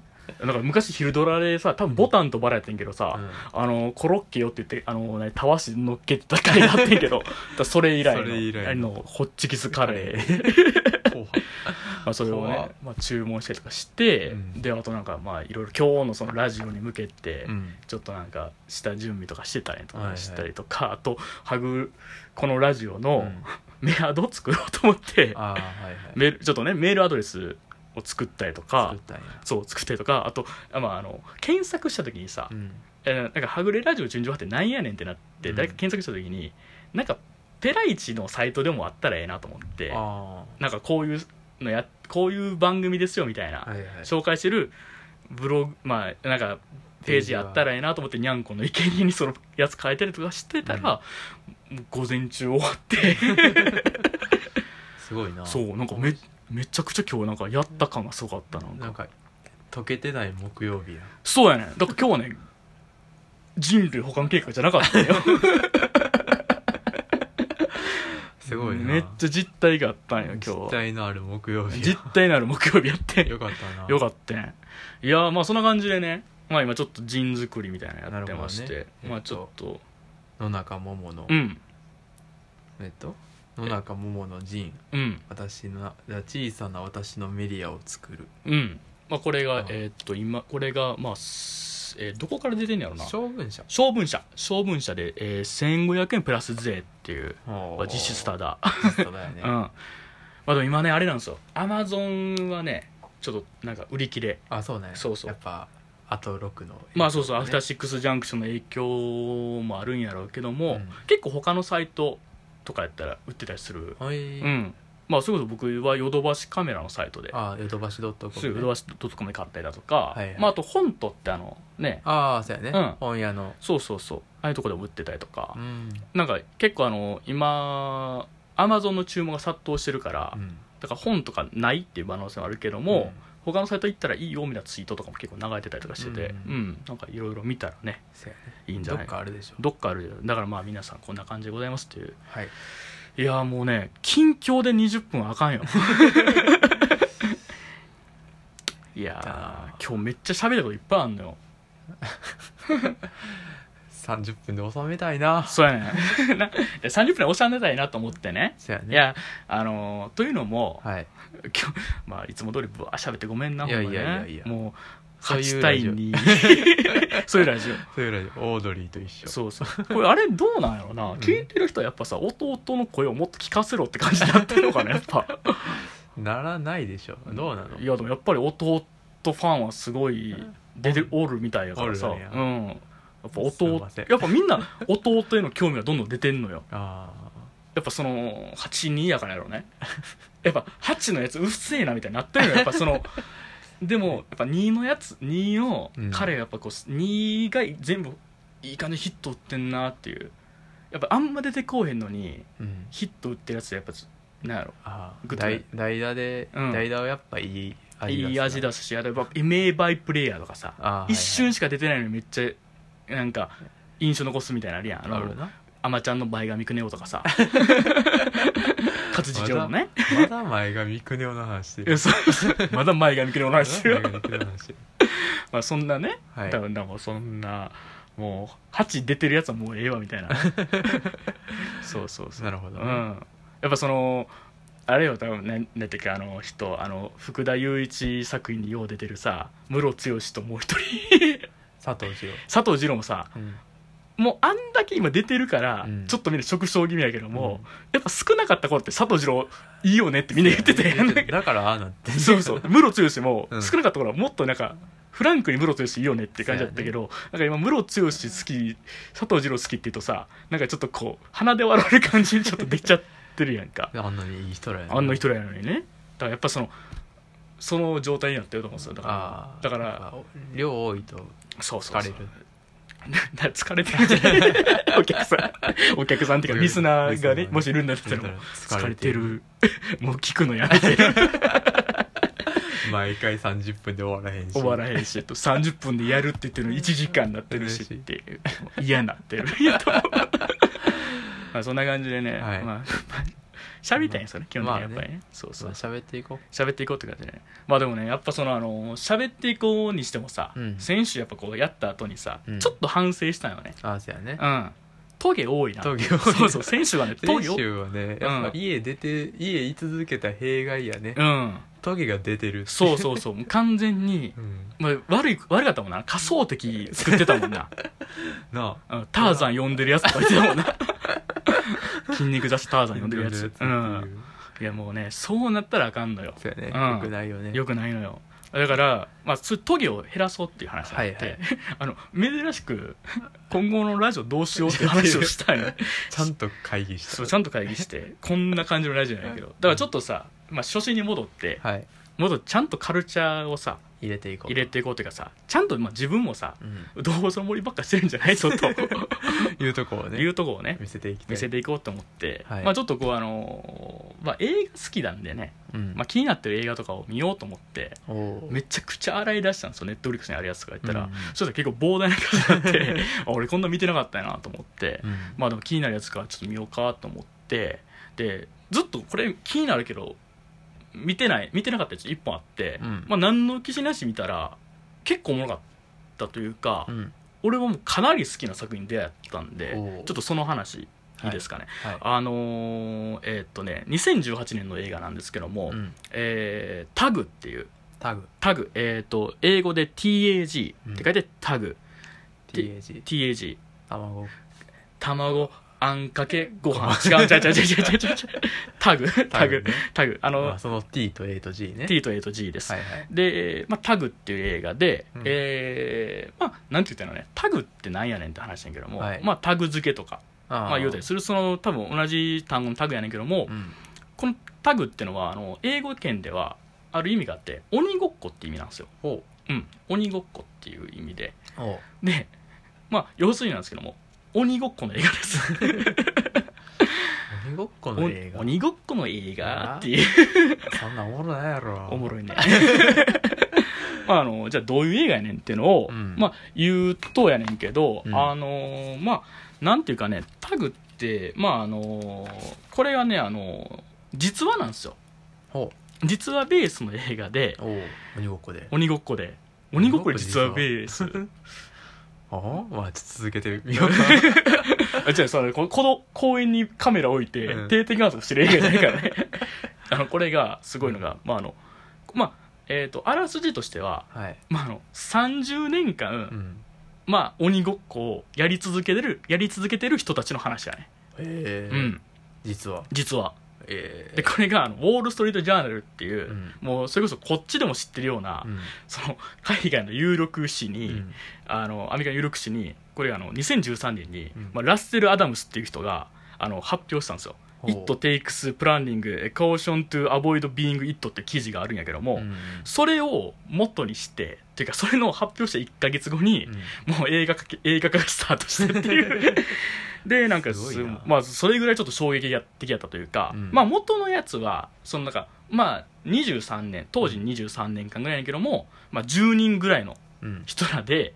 Speaker 1: なんか昔昼ドラでさ多分ボタンとバラやってんけど
Speaker 2: ー
Speaker 1: さ、
Speaker 2: うん
Speaker 1: あのコロッケよって言ってあの、ね、たわし乗っけてた回があってんけ
Speaker 2: [LAUGHS]
Speaker 1: どだからそれ以来の
Speaker 2: それ以来の
Speaker 1: あのホッチキスカ
Speaker 2: [LAUGHS]
Speaker 1: レー
Speaker 2: 後半
Speaker 1: まあ、それを
Speaker 2: 怖
Speaker 1: ね
Speaker 2: っ、
Speaker 1: まあ、注文したりとかして、
Speaker 2: うん
Speaker 1: であとなんかまあいろいろ今日のそのラジオに向けて、
Speaker 2: うん
Speaker 1: ちょっとなんか下準備とかしてたりと
Speaker 2: はい
Speaker 1: か
Speaker 2: はい
Speaker 1: したりとか、あとハグこのラジオ
Speaker 2: う
Speaker 1: の
Speaker 2: ん
Speaker 1: メアド作ろうと思って、
Speaker 2: ああはいはい
Speaker 1: メールちょっとねメールアドレスを作ったりとか
Speaker 2: 作ったんや
Speaker 1: そう作ったりとかあとあ、まあ、あの検索した時にさ「
Speaker 2: うん
Speaker 1: えーなんかはぐれラジオ純情派ってなんやねん」ってなって、
Speaker 2: うん
Speaker 1: 誰か検索した時になんかペライチのサイトでもあったらええなと思って
Speaker 2: あ
Speaker 1: なんかこういうのやこういう番組ですよみたいな、
Speaker 2: あはいはい
Speaker 1: 紹介してるブログまあなんかページあったらええなと思ってにゃんこの生贄にそのやつ変えたりとかしてたら、もう午前中終わって
Speaker 2: すごいな
Speaker 1: そうなんかめめちゃくちゃ今日なんかやった感がすごかったなんか
Speaker 2: なんか溶けてない木曜日や
Speaker 1: そうやねだから今日はね人類保管計画じゃなかったよ
Speaker 2: [LAUGHS] すごいな
Speaker 1: めっちゃ実態があったんよ今日
Speaker 2: 実
Speaker 1: は
Speaker 2: 体のある木曜日
Speaker 1: 実体のある木曜日やって
Speaker 2: よかったな
Speaker 1: よかったねいやーまあそんな感じでねまあ今ちょっと陣作りみたいなのやってまし
Speaker 2: な
Speaker 1: て、
Speaker 2: るほどね
Speaker 1: まあちょっと
Speaker 2: 野中桃の
Speaker 1: うん
Speaker 2: えっと野中桃の陣
Speaker 1: うん
Speaker 2: 私の小さな私のメディアを作る
Speaker 1: うん、まあ、これ
Speaker 2: う
Speaker 1: が
Speaker 2: ん
Speaker 1: えーっと今これがまあ、すえーどこから出てんやろな
Speaker 2: 将軍者
Speaker 1: 小分社小分社で、えー1500円プラス税っていうまあ実質タダ、
Speaker 2: 実質だよね
Speaker 1: [LAUGHS] うんまあでも今ねあれなんですよアマゾンはねちょっとなんか売り切れ
Speaker 2: あそうね
Speaker 1: そうそう
Speaker 2: やっぱあと6の
Speaker 1: まあそうそう、アフター
Speaker 2: シ
Speaker 1: シックスジャンクションの影響もあるんやろうけども、
Speaker 2: うん
Speaker 1: 結構他のサイトとかやったら売ってたりする
Speaker 2: は
Speaker 1: う
Speaker 2: い
Speaker 1: んまあそれこそ僕はヨドバシカメラのサイトで
Speaker 2: あヨドバシドットコ
Speaker 1: すぐ
Speaker 2: ム
Speaker 1: ヨ
Speaker 2: ね
Speaker 1: ドバシドットコムで買ったりだとか、
Speaker 2: はいはい
Speaker 1: まああと本とってあのね
Speaker 2: ああそうやね
Speaker 1: うん
Speaker 2: 本屋の
Speaker 1: そうそうそうああいうとこでも売ってたりとか
Speaker 2: う、ん
Speaker 1: なんか結構あの今アマゾンの注文が殺到してるから、
Speaker 2: うん
Speaker 1: だから本とかないっていう可能性もあるけども、他のサイト行ったらいいよみたいなツイートとかも結構流れてたりとかしてて、う
Speaker 2: うんん
Speaker 1: なんかいろいろ見たらね
Speaker 2: そうやね
Speaker 1: いいんじゃ
Speaker 2: ど
Speaker 1: な
Speaker 2: っ
Speaker 1: い
Speaker 2: かあるでしょ
Speaker 1: どっかあるよだからまあ皆さんこんな感じでございますっていう
Speaker 2: はい
Speaker 1: いやーもうね近況で20分あか
Speaker 2: [LAUGHS]
Speaker 1: んよいやー今日めっちゃ喋ることいっぱいあんのよ
Speaker 2: 30分で収めたいな
Speaker 1: そうや
Speaker 2: [LAUGHS]
Speaker 1: ねなで30分でおしゃれたいなと思ってね
Speaker 2: そうやね
Speaker 1: いやあのーというのも、
Speaker 2: はい
Speaker 1: 今日まあいつも通りぶわーしゃべってごめんない
Speaker 2: やいや
Speaker 1: ほんまね
Speaker 2: いやいや
Speaker 1: もう
Speaker 2: そうい
Speaker 1: 8
Speaker 2: う
Speaker 1: 対
Speaker 2: ラジオ
Speaker 1: 2そういうラジ
Speaker 2: [LAUGHS] それぐらいオードリーと一
Speaker 1: オ
Speaker 2: 緒
Speaker 1: そうそうこれあれどうなんやろな、
Speaker 2: ん
Speaker 1: 聞いてる人はやっぱさ弟の声をもっと聞かせろって感じになってるのかなやっぱ
Speaker 2: ならないでしょ [LAUGHS] どうなの
Speaker 1: いやでもやっぱり弟ファンはすごい出ておるみたいやからさ、
Speaker 2: おるよね
Speaker 1: うんっぱ音
Speaker 2: すい
Speaker 1: を
Speaker 2: ません
Speaker 1: やっぱみんな音への興味がどんどん出てんのよ
Speaker 2: あ
Speaker 1: やっぱその82やからやろね [LAUGHS] やっぱ8のやつうっせえなみたいになってるのよやっぱそ
Speaker 2: [LAUGHS]
Speaker 1: のでもやっぱ2のやつ2を
Speaker 2: うん
Speaker 1: 彼がやっぱこう2が全部いい感じにヒット打ってんなっていうやっぱあんま出てこうへんのに
Speaker 2: ーうん
Speaker 1: ヒット打ってるやつやっぱちょなんやろ
Speaker 2: あ
Speaker 1: グ
Speaker 2: ー
Speaker 1: ッド
Speaker 2: 代代打で、
Speaker 1: うん
Speaker 2: 代打はやっぱいい味
Speaker 1: いい味
Speaker 2: だ
Speaker 1: 出すしあとやっぱ名バイプレイヤーとかさ
Speaker 2: あー
Speaker 1: 一瞬しか出てないのにめっちゃなんか印象残すみたいなのあるやんあ
Speaker 2: はいはいある
Speaker 1: の
Speaker 2: な
Speaker 1: あまちゃんの前髪くねおとか
Speaker 2: [LAUGHS]
Speaker 1: さ勝地城のね
Speaker 2: まだ前髪くねおの話して
Speaker 1: いやそうそう [LAUGHS] まだ前髪くねおの話してる
Speaker 2: まだ前髪くねおの話してる
Speaker 1: まあそんなね、
Speaker 2: はい
Speaker 1: 多分だからもうそんなもう8出てるやつはもうええわみたいな
Speaker 2: [LAUGHS]
Speaker 1: そうそうそう
Speaker 2: なるほど
Speaker 1: う
Speaker 2: ね、
Speaker 1: んやっぱそのあれよ多分ねなんていうかあの人あの福田雄一作品によう出てるさ室ロ剛ともう一人 [LAUGHS]
Speaker 2: 佐藤二郎
Speaker 1: 佐藤二郎もさ
Speaker 2: うん
Speaker 1: もうあんだけ今出てるから、
Speaker 2: うん
Speaker 1: ちょっとみんな食傷気味やけども、
Speaker 2: うん
Speaker 1: やっぱ少なかった頃って佐藤二郎いいよねってみんな言ってたやん
Speaker 2: だからああなってんね
Speaker 1: そうそう [LAUGHS] ムロツヨシも
Speaker 2: うん
Speaker 1: 少なかった頃はもっとなんかフランクにムロツヨシいいよねって感じだったけど、なんか今ムロツヨシ好き佐藤二朗好きって言うとさなんかちょっとこう鼻で笑われる感じにちょっと出ちゃってるやん [LAUGHS] か
Speaker 2: [LAUGHS] あんなにいい人らやな
Speaker 1: あんな人らやのにねだからやっぱそのその状態になってると思うんですよだか
Speaker 2: ああ
Speaker 1: らだから
Speaker 2: あ量多いと
Speaker 1: そうそう
Speaker 2: 疲
Speaker 1: そ
Speaker 2: れ
Speaker 1: う
Speaker 2: る
Speaker 1: な [LAUGHS] 疲れてるじゃない [LAUGHS] お客さんお客さんっていうかリスナーがね
Speaker 2: リスナーね
Speaker 1: もしいるんだったらもう疲
Speaker 2: 疲
Speaker 1: れ
Speaker 2: れ
Speaker 1: て
Speaker 2: て
Speaker 1: る [LAUGHS]
Speaker 2: る
Speaker 1: もう聞くのやめて
Speaker 2: [LAUGHS] 毎回30分で終わらへんし
Speaker 1: 終わら
Speaker 2: へん
Speaker 1: へんしと30分でやるって言ってるの1時間になってるしっていう嫌にな
Speaker 2: [LAUGHS]
Speaker 1: ってるまあそんな感じでね、
Speaker 2: はい
Speaker 1: まあまあ喋りたいんですよね基本的にやっぱりね,、そうそう
Speaker 2: 喋っていこ
Speaker 1: 喋っていこうって感じでねまあでもねやっぱそのあの喋っていこうにしてもさ、
Speaker 2: うん
Speaker 1: 選手やっぱこうやった後にさ、
Speaker 2: うん
Speaker 1: ちょっと反省したんよね
Speaker 2: うああそうやね
Speaker 1: うんトゲ多いな
Speaker 2: トゲ多い
Speaker 1: そうそう選手はねト
Speaker 2: 先
Speaker 1: ゲ多い
Speaker 2: 週はねやっぱ家出て、家居続けた弊害やね、
Speaker 1: うん
Speaker 2: トゲが出てる
Speaker 1: そうそうそうもう完全に
Speaker 2: [LAUGHS] う、ん、
Speaker 1: まあ、悪い悪かったもんな仮想敵作ってたもんな
Speaker 2: なあ
Speaker 1: うんターザン呼んでるやつとか言ってたもん
Speaker 2: [LAUGHS]
Speaker 1: な筋肉雑誌ターザン呼んでるや
Speaker 2: 呼んで
Speaker 1: つ
Speaker 2: る
Speaker 1: う
Speaker 2: やつっ
Speaker 1: ん
Speaker 2: ていう
Speaker 1: いやもうねそうなったらあかんのよ
Speaker 2: そうやね、
Speaker 1: うん
Speaker 2: よくないよね
Speaker 1: よくないのよだから、まあ、そういうトゲを減らそうっていう話になって、
Speaker 2: はいはい
Speaker 1: [LAUGHS] あの珍しく今後のラジオどうしようっていう話をしたいの
Speaker 2: ちゃんと会議した
Speaker 1: そうちゃんと会議してこんな感じのラジオなんやけどだからちょっとさ、まあ、初心に戻って
Speaker 2: はい
Speaker 1: 戻ってちゃんとカルチャーをさ
Speaker 2: 入れていこう
Speaker 1: 入れていこうというかさちゃんとまあ自分もさ
Speaker 2: うん、
Speaker 1: どうその森ばっかしてるんじゃないぞ
Speaker 2: [LAUGHS]
Speaker 1: と
Speaker 2: いうとこを
Speaker 1: い
Speaker 2: ね
Speaker 1: うとこをね
Speaker 2: 見せていきたい
Speaker 1: 見せていこうと思って、
Speaker 2: はい
Speaker 1: まあ、ちょっとこうあのーまあ、映画好きなんでね、
Speaker 2: うん
Speaker 1: まあ、気になってる映画とかを見ようと思って
Speaker 2: おー
Speaker 1: めちゃくちゃ洗い出したんですよネットフリックスにあるやつとか言ったら、
Speaker 2: うん
Speaker 1: そしたら結構膨大な数になって
Speaker 2: [LAUGHS]
Speaker 1: あ俺こんな見てなかったよなと思って、
Speaker 2: うん
Speaker 1: まあでも気になるやつからちょっと見ようかと思ってでずっとこれ気になるけど見てない見てなかったやつ1本あって、
Speaker 2: うん
Speaker 1: まあ、何の気しなし見たら結構おもろかったというか、
Speaker 2: うん
Speaker 1: 俺はもうかなり好きな作品に出会ったんで
Speaker 2: おう
Speaker 1: ちょっとその話いいですかね、
Speaker 2: はい
Speaker 1: あのーえーっとね2018年の映画なんですけども「
Speaker 2: うん
Speaker 1: えータグ」っていう
Speaker 2: タグ
Speaker 1: タグ、えーっと英語で TAG
Speaker 2: うん
Speaker 1: って書いてタグ、で
Speaker 2: TAG
Speaker 1: TAG
Speaker 2: 卵
Speaker 1: 卵あんかけご飯違う違う違う違う違う違う違うタグタグ
Speaker 2: ね
Speaker 1: タグあ
Speaker 2: ま
Speaker 1: の
Speaker 2: あ、その T と A と G ね
Speaker 1: T と A と G です、
Speaker 2: はいはい
Speaker 1: で、まあ、タグっていう映画で、
Speaker 2: うん
Speaker 1: えーまあなんて言ったらいいのねタグってなんやねんって話やんけども、
Speaker 2: はい
Speaker 1: まあタグ付けとか
Speaker 2: あ
Speaker 1: まあ言うたりするその多分同じ単語のタグやねんけども、
Speaker 2: うん
Speaker 1: このタグってのはあの英語圏ではある意味があって鬼ごっこって意味なんですよ、
Speaker 2: おう
Speaker 1: うん、鬼ごっこっていう意味で
Speaker 2: おう
Speaker 1: でまあ要するになんですけども鬼ごっこの映画です
Speaker 2: 鬼ごっこの映画
Speaker 1: 鬼ごっこの映画っていう
Speaker 2: そんなおもろないやろ
Speaker 1: おもろいね [LAUGHS] まああのじゃあどういう映画やねんっていうのを、
Speaker 2: うん
Speaker 1: まあ言うとやねんけど、
Speaker 2: うん
Speaker 1: あのまあなんていうかねタグってまああのこれはねあの実話なんですよ
Speaker 2: お
Speaker 1: 実話ベースの映画で
Speaker 2: おう鬼ごっこで
Speaker 1: 鬼ごっこで鬼ごっこで実はベース
Speaker 2: [LAUGHS] ああまあちょっと続けてみようか
Speaker 1: あ違うそれここの公園にカメラ置いて
Speaker 2: うん
Speaker 1: 定点観測してる映画じゃないからねあのこれがすごいのが、まああのまあえー、とあらすじとしては、
Speaker 2: [LAUGHS] はい
Speaker 1: まあ、あの30年間、
Speaker 2: うん
Speaker 1: まあ、鬼ごっこをやり続けてるやり続けてる人たちの話やね、
Speaker 2: へえ
Speaker 1: うん
Speaker 2: 実は
Speaker 1: 実は
Speaker 2: えー
Speaker 1: でこれがあのウォール・ストリート・ジャーナルっていう、
Speaker 2: うん
Speaker 1: もうそれこそこっちでも知ってるような、
Speaker 2: うん
Speaker 1: その海外の有力誌に、
Speaker 2: うん
Speaker 1: あのアメリカの有力誌にこれあの2013年に、
Speaker 2: うん
Speaker 1: まあ、ラッセル・アダムスっていう人があの発表したんですよ「
Speaker 2: ほう
Speaker 1: It takes planning a caution to avoid being it」って記事があるんやけども、
Speaker 2: うん
Speaker 1: それを元にしてっていうかそれの発表した1か月後に、もう映画化け映画化がスタートしてって
Speaker 2: [LAUGHS]
Speaker 1: いうでなんかす
Speaker 2: すごいな
Speaker 1: まあ、それぐらいちょっと衝撃的やったというか、
Speaker 2: うん
Speaker 1: まあ元のやつはそのなんかまあ23年当時23年間ぐらいやけども、まあ、10人ぐらいの
Speaker 2: うん
Speaker 1: 人らで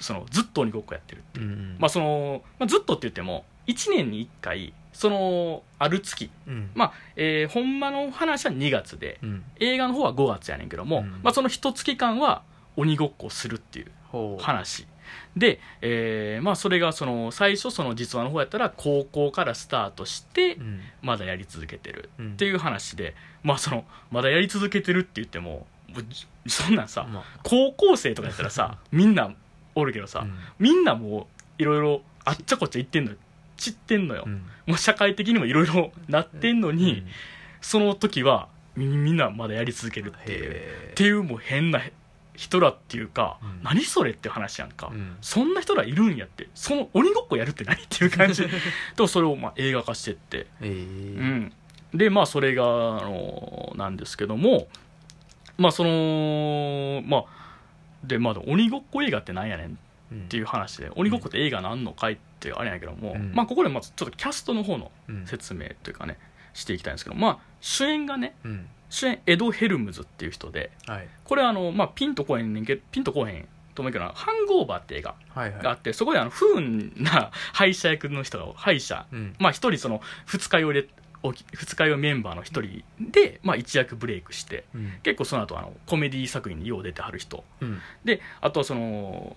Speaker 1: そのずっと鬼ごっこやってる、
Speaker 2: うん
Speaker 1: まあそのまあ、ずっとって言っても1年に1回そのある月
Speaker 2: うん
Speaker 1: まあ、えーほんまの話は2月で
Speaker 2: うん
Speaker 1: 映画の方は5月やねんけども、
Speaker 2: うん
Speaker 1: まあ、その1月間は鬼ごっこするっていう
Speaker 2: ほう
Speaker 1: 話で、えーまあ、それがその最初その実話の方やったら高校からスタートして
Speaker 2: うん
Speaker 1: まだやり続けてる
Speaker 2: うん
Speaker 1: っていう話で、まあ、そのまだやり続けてるって言ってももうじそんなんさ
Speaker 2: ま
Speaker 1: 高校生とかやったら
Speaker 2: [LAUGHS]
Speaker 1: さみんなおるけど
Speaker 2: あ
Speaker 1: さ、
Speaker 2: うん
Speaker 1: みんなもういろいろあっちゃこっちゃ言ってんのよ散ってんのよ、
Speaker 2: うん
Speaker 1: もう社会的にもいろいろなってんのに、その時はみみんなまだやり続けるっていうっ
Speaker 2: へ
Speaker 1: ていうもう変な人らっていうか、
Speaker 2: うん
Speaker 1: 何それって話やんか、
Speaker 2: ーうん
Speaker 1: そんな人らいるんやってその鬼ごっこやるって何っていう感 [LAUGHS] じでもそれをまあ映画化してって、
Speaker 2: えー
Speaker 1: うん、でまあそれが、あのなんですけどもまあそのまあでまあ鬼ごっこ映画ってなんやねん
Speaker 2: うん
Speaker 1: っていう話で鬼ごっこって映画なんのかいってあれやけども、
Speaker 2: うん
Speaker 1: まあここでまずちょっとキャストの方の
Speaker 2: うん
Speaker 1: 説明というかねしていきたいんですけどまあ主演がね
Speaker 2: うん
Speaker 1: 主演エド・ヘルムズっていう人で
Speaker 2: はい
Speaker 1: これあの、まあ、ピンとこへんねんけどピンとこへんと思うけどなハングオーバーって映画
Speaker 2: はい
Speaker 1: があ
Speaker 2: は
Speaker 1: ってそこであの不運な敗者役の人が敗者
Speaker 2: いうん
Speaker 1: まあ一人その二日酔いでおき二日酔いメンバーの一人で、まあ、一役ブレイクして
Speaker 2: うん
Speaker 1: 結構その後あのコメディ作品によう出てはる人
Speaker 2: うん
Speaker 1: であとはその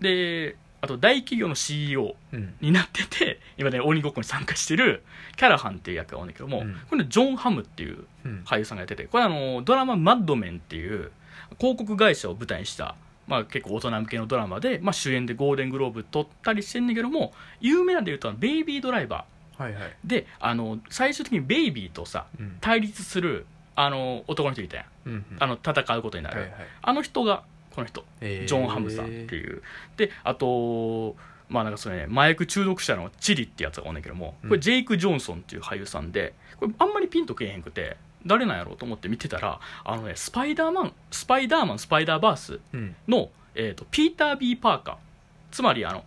Speaker 1: であと大企業の CEO
Speaker 2: うん
Speaker 1: になってて今ね鬼ごっこに参加してるキャラハンっていう役がおるんだけども、
Speaker 2: うん
Speaker 1: これねジョン・ハムっていう
Speaker 2: うん
Speaker 1: 俳優さんがやっててこれあのドラマ「マッドメン」っていう広告会社を舞台にした、まあ、結構大人向けのドラマで、まあ、主演でゴールデングローブ取ったりしてんねんけども有名なんで言うと「ベイビードライバ
Speaker 2: はいはい
Speaker 1: ー」であの最終的にベイビーとさ
Speaker 2: うん
Speaker 1: 対立するあの男の人いたやん
Speaker 2: うんうん
Speaker 1: あの戦うことになる、
Speaker 2: はいはい
Speaker 1: あの人がこの人
Speaker 2: えー
Speaker 1: ジョン・ハムさんっていう、であとまあなんかそれね麻薬中毒者のチリってやつがおんねんけどもこ
Speaker 2: う
Speaker 1: れ
Speaker 2: ん
Speaker 1: ジェイク・ジョンソンっていう俳優さんでこれあんまりピンとけえへんくて誰なんやろうと思って見てたらあのねスパイダーマンスパイダーマンスパイダーバース
Speaker 2: うん
Speaker 1: の、えー、とピーター・ビー・パーカーつまりあの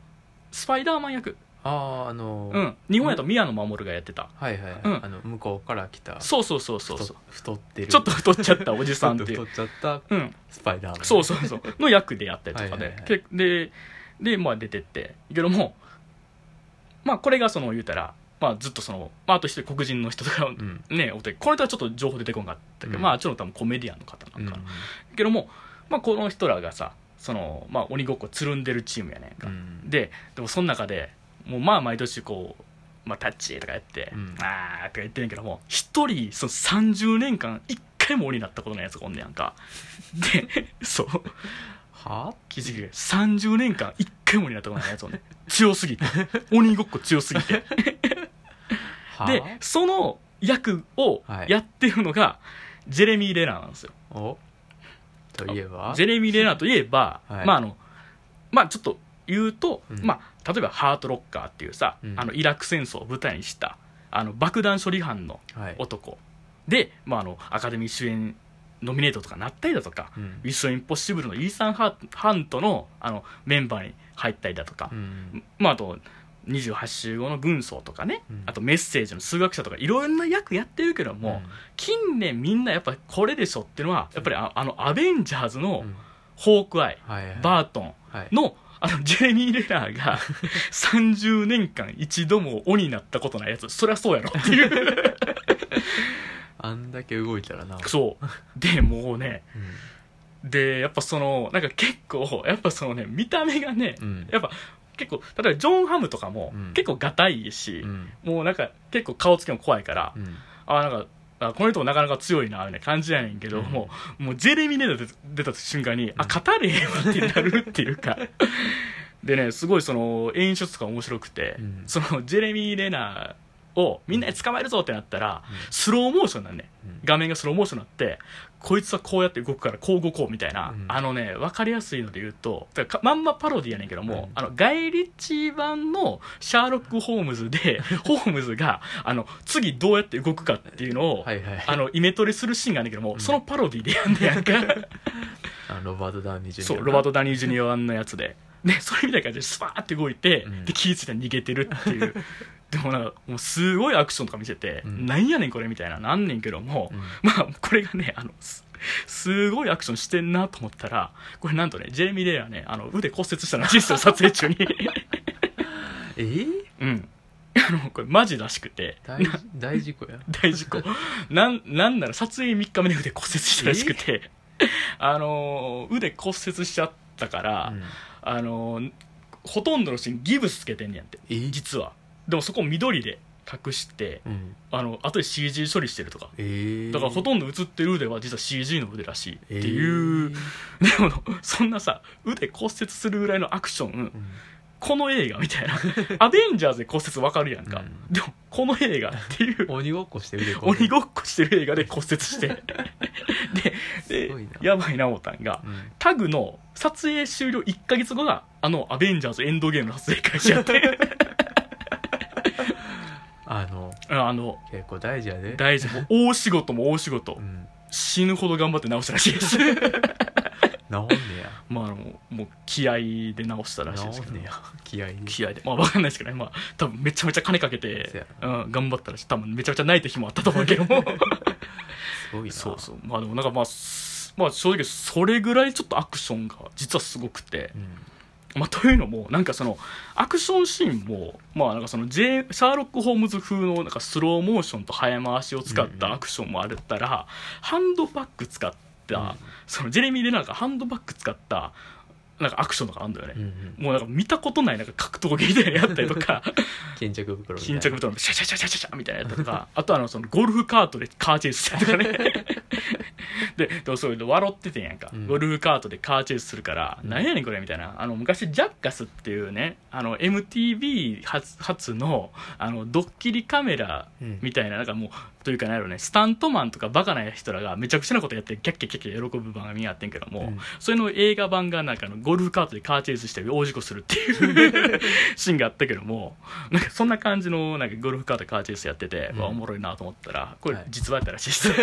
Speaker 1: スパイダーマン役、
Speaker 2: あああのー
Speaker 1: うん、日本やと宮野真守がやってた、
Speaker 2: はいはいはい
Speaker 1: うん
Speaker 2: あの向こうから来た
Speaker 1: そうそうそうそうそう
Speaker 2: 太太ってる
Speaker 1: ちょっと太っちゃったおじさんって
Speaker 2: ち
Speaker 1: いう
Speaker 2: ょっと太っちゃっ
Speaker 1: うん
Speaker 2: たスパイダーマン
Speaker 1: そうそうそうの役でやったりとか
Speaker 2: はい
Speaker 1: で
Speaker 2: はいはい
Speaker 1: けでで、まあ、出てってけどもまあこれがその言うたら、まあ、ずっとその、まあ、あと一人黒人の人とかを
Speaker 2: うん
Speaker 1: ねおってこの人はちょっと情報出てこんかったけど、
Speaker 2: うん
Speaker 1: まあちょっと多分コメディアンの方な
Speaker 2: うんん
Speaker 1: かな、けども、まあ、この人らがさその、まあ、鬼ごっこつるんでるチームやねんか、
Speaker 2: うん
Speaker 1: ででもその中でもうまあ毎年こう「まあ、タッチ」とかやって「
Speaker 2: うん
Speaker 1: あー」とか言ってんねんけども一人その30年間一回も鬼になったことないやつがおんねやんかで
Speaker 2: [LAUGHS]
Speaker 1: そう
Speaker 2: は
Speaker 1: 気づく30年間一回も鬼になったことないやつをね強すぎて鬼ごっこ強すぎて
Speaker 2: は
Speaker 1: でその役をやってるのが、ジェレミー・レナーなんですよ
Speaker 2: おといえば
Speaker 1: ジェレミー・レナーといえば、
Speaker 2: はい
Speaker 1: まああのまあちょっと言うと、
Speaker 2: うん
Speaker 1: まあ例えば「ハートロッカー」っていうさ、
Speaker 2: うん
Speaker 1: あのイラク戦争を舞台にしたあの爆弾処理班の
Speaker 2: はい
Speaker 1: 男で、まあ、あのアカデミー主演ノミネートとかなったりだとか、
Speaker 2: うん
Speaker 1: ミッション・インポッシブルのイーサン・ハーハントのあのメンバーに入ったりだとか
Speaker 2: う、ん
Speaker 1: まあ、あと28週後の軍曹とかね、
Speaker 2: うん
Speaker 1: あとメッセージの数学者とかいろんな役やってるけども、近年みんなやっぱこれでしょっていうのはやっぱりああのアベンジャーズ
Speaker 2: う
Speaker 1: の
Speaker 2: ん
Speaker 1: ホークアイ、
Speaker 2: はいはい
Speaker 1: バートン
Speaker 2: はい
Speaker 1: のあのジェレミー・レナーが30年間一度も鬼になったことないやつそりゃそうやろって
Speaker 2: [LAUGHS]
Speaker 1: いう
Speaker 2: あんだけ動いたらな
Speaker 1: そうでもうね
Speaker 2: うん
Speaker 1: でやっぱそのなんか結構やっぱそのね見た目がね、
Speaker 2: うん
Speaker 1: やっぱ結構例えばジョン・ハムとかも
Speaker 2: うん
Speaker 1: 結構がたいし、
Speaker 2: うん
Speaker 1: もうなんか結構顔つきも怖いから、
Speaker 2: うん
Speaker 1: あなんかあこの人もなかなか強いなみたいな感じやねんけど、
Speaker 2: うん
Speaker 1: もうもうジェレミー・ネーダ出た瞬間に、あ勝たれへんわってなるっていうか [LAUGHS] でねすごいその演出とか面白くて、
Speaker 2: うん
Speaker 1: そのジェレミー・レナーをみんなで捕まえるぞってなったら、
Speaker 2: うん
Speaker 1: スローモーションなんね
Speaker 2: うん
Speaker 1: 画面がスローモーションになってこいつはこうやって動くからこう動こうみたいな、
Speaker 2: うん
Speaker 1: あのね分かりやすいので言うとだからかまんまパロディやねんけども、
Speaker 2: うん
Speaker 1: あのガイ・リッチー版のシャーロック・ホームズ
Speaker 2: [LAUGHS]
Speaker 1: でホームズがあの次どうやって動くかっていうのを、
Speaker 2: はいはい
Speaker 1: あのイメトレするシーンがあるんだけども、
Speaker 2: うん
Speaker 1: そのパロディでやんねやん
Speaker 2: [LAUGHS]
Speaker 1: か
Speaker 2: あのロバート・ダウニー・ジュニア
Speaker 1: そうロバート・
Speaker 2: ダ
Speaker 1: ダニー・ジュニアのやつででそれみたいな感じでスパーって動いて、
Speaker 2: うん
Speaker 1: で気ぃついたら逃げてるっていうでもなんかもうすごいアクションとか見せて、
Speaker 2: うん
Speaker 1: なんやねんこれみたいななんねんけども、
Speaker 2: うん
Speaker 1: まあこれがねあのすすごいアクションしてんなと思ったらこれなんとねジェレミー・レイヤーねあの腕骨折したの実際撮影中に
Speaker 2: えー
Speaker 1: うん [LAUGHS] あのこれマジらしくて
Speaker 2: 大事大事故や
Speaker 1: 大事故
Speaker 2: [LAUGHS]
Speaker 1: なんなんなら撮影3日目で腕骨折したらしくてあのー腕骨折しちゃったから、
Speaker 2: うん
Speaker 1: あのーほとんどのシーンギブスつけてんねやって
Speaker 2: えー
Speaker 1: 実はでもそこを緑で隠して
Speaker 2: うん
Speaker 1: あの後で CG 処理してるとか
Speaker 2: えー
Speaker 1: だからほとんど映ってる腕は実は CG の腕らしいって
Speaker 2: えー
Speaker 1: いう、でもそんなさ腕骨折するぐらいのアクション
Speaker 2: うん
Speaker 1: この映画みたいなアベンジャーズで骨折わかるやんか、
Speaker 2: うん
Speaker 1: でもこの映画って [LAUGHS] いう
Speaker 2: 鬼ごっこしてるでこれ
Speaker 1: 鬼ごっこしてる映画で骨折して [LAUGHS] です
Speaker 2: ご
Speaker 1: で
Speaker 2: いな
Speaker 1: やばいな思ったんが
Speaker 2: うん
Speaker 1: タグの撮影終了1か月後があのアベンジャーズエンドゲームの撮影会社やって
Speaker 2: [LAUGHS] あの
Speaker 1: [LAUGHS] あの
Speaker 2: 結構大事やで
Speaker 1: 大事もう大仕事も大仕事、
Speaker 2: うん
Speaker 1: 死ぬほど頑張って直したらしいです
Speaker 2: 直んね
Speaker 1: [LAUGHS] まあもうもう気合で直した
Speaker 2: や
Speaker 1: らしいです
Speaker 2: 直
Speaker 1: け
Speaker 2: ん
Speaker 1: ど
Speaker 2: ねや気合い
Speaker 1: 気合でまあ分かんないですけどねまあ多分めちゃめちゃ金かけ
Speaker 2: そ
Speaker 1: て
Speaker 2: や、
Speaker 1: うん、頑張ったらし多分めちゃめちゃ泣いた日もあったと思うけ
Speaker 2: [LAUGHS]
Speaker 1: ども
Speaker 2: すごいな
Speaker 1: そうそうまあでもなんかまあすまあ正直それぐらいちょっとアクションが実はすごくて、
Speaker 2: うん
Speaker 1: まあ、というのもなんかそのアクションシーンもまあなんかそのジェーシャーロック・ホームズ風のなんかスローモーションと早回しを使っ
Speaker 2: うん
Speaker 1: た
Speaker 2: うん
Speaker 1: アクションもあったら、ハンドバッグ使った、
Speaker 2: うん
Speaker 1: そのジェレミーでなんかハンドバッグ使ったなんかアクションとかあるんだよね、
Speaker 2: うんうん
Speaker 1: もうなんか見たことないなんか格闘技みたいなのやったりとか
Speaker 2: 巾着袋みたい
Speaker 1: 巾
Speaker 2: な
Speaker 1: 着袋のシャシャシャシャシャシャみたいなやつと
Speaker 2: [LAUGHS]
Speaker 1: かあとあのそのゴルフカートでカーチェイスしたりとかねででもそういうの笑っててんやんか、
Speaker 2: うん
Speaker 1: ゴルフカートでカーチェイスするから、
Speaker 2: うん
Speaker 1: なんやねんこれみたいなあの昔ジャッカスっていうねあの MTV 初初のあのドッキリカメラ
Speaker 2: うん
Speaker 1: みたいななんかもうというかなんやろねスタントマンとかバカな人らがめちゃくちゃなことやってキャッキャッキャッキャ喜ぶ番組があってんけども、
Speaker 2: うん
Speaker 1: それの映画版がなんかあのゴルフカートでカーチェイスして大事故するっていう [LAUGHS] シーンがあったけどもなんかそんな感じのなんかゴルフカートでカーチェイスやってて、
Speaker 2: うん
Speaker 1: わおもろいなと思ったらこれ
Speaker 2: はい
Speaker 1: 実話やったらしいです、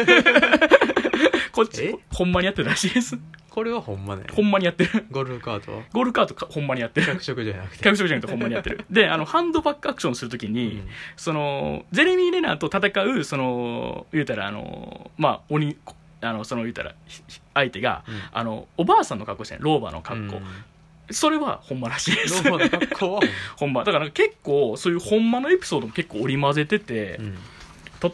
Speaker 2: [LAUGHS]
Speaker 1: こっ
Speaker 2: え
Speaker 1: ちほんまにやってるらしいです
Speaker 2: これはほんまね
Speaker 1: ほんまにやってる
Speaker 2: ゴルフカートは
Speaker 1: ゴルフカートかほんまにやってる
Speaker 2: [LAUGHS] 着色じゃなくて
Speaker 1: 客職じゃなくてほんまにやってるであのハンドバックアクションするときに、そのゼレミー・レナーと戦うその言うたらあのまあ鬼あのその言うたらひひ相手が、
Speaker 2: うん
Speaker 1: あのおばあさんの格好してん老婆の
Speaker 2: うん
Speaker 1: 格好、
Speaker 2: うん
Speaker 1: それはほんまらしいです
Speaker 2: ロボの格好は
Speaker 1: ほんまだからなんか結構そういうほんまのエピソードも結構織り交ぜてて
Speaker 2: う、ん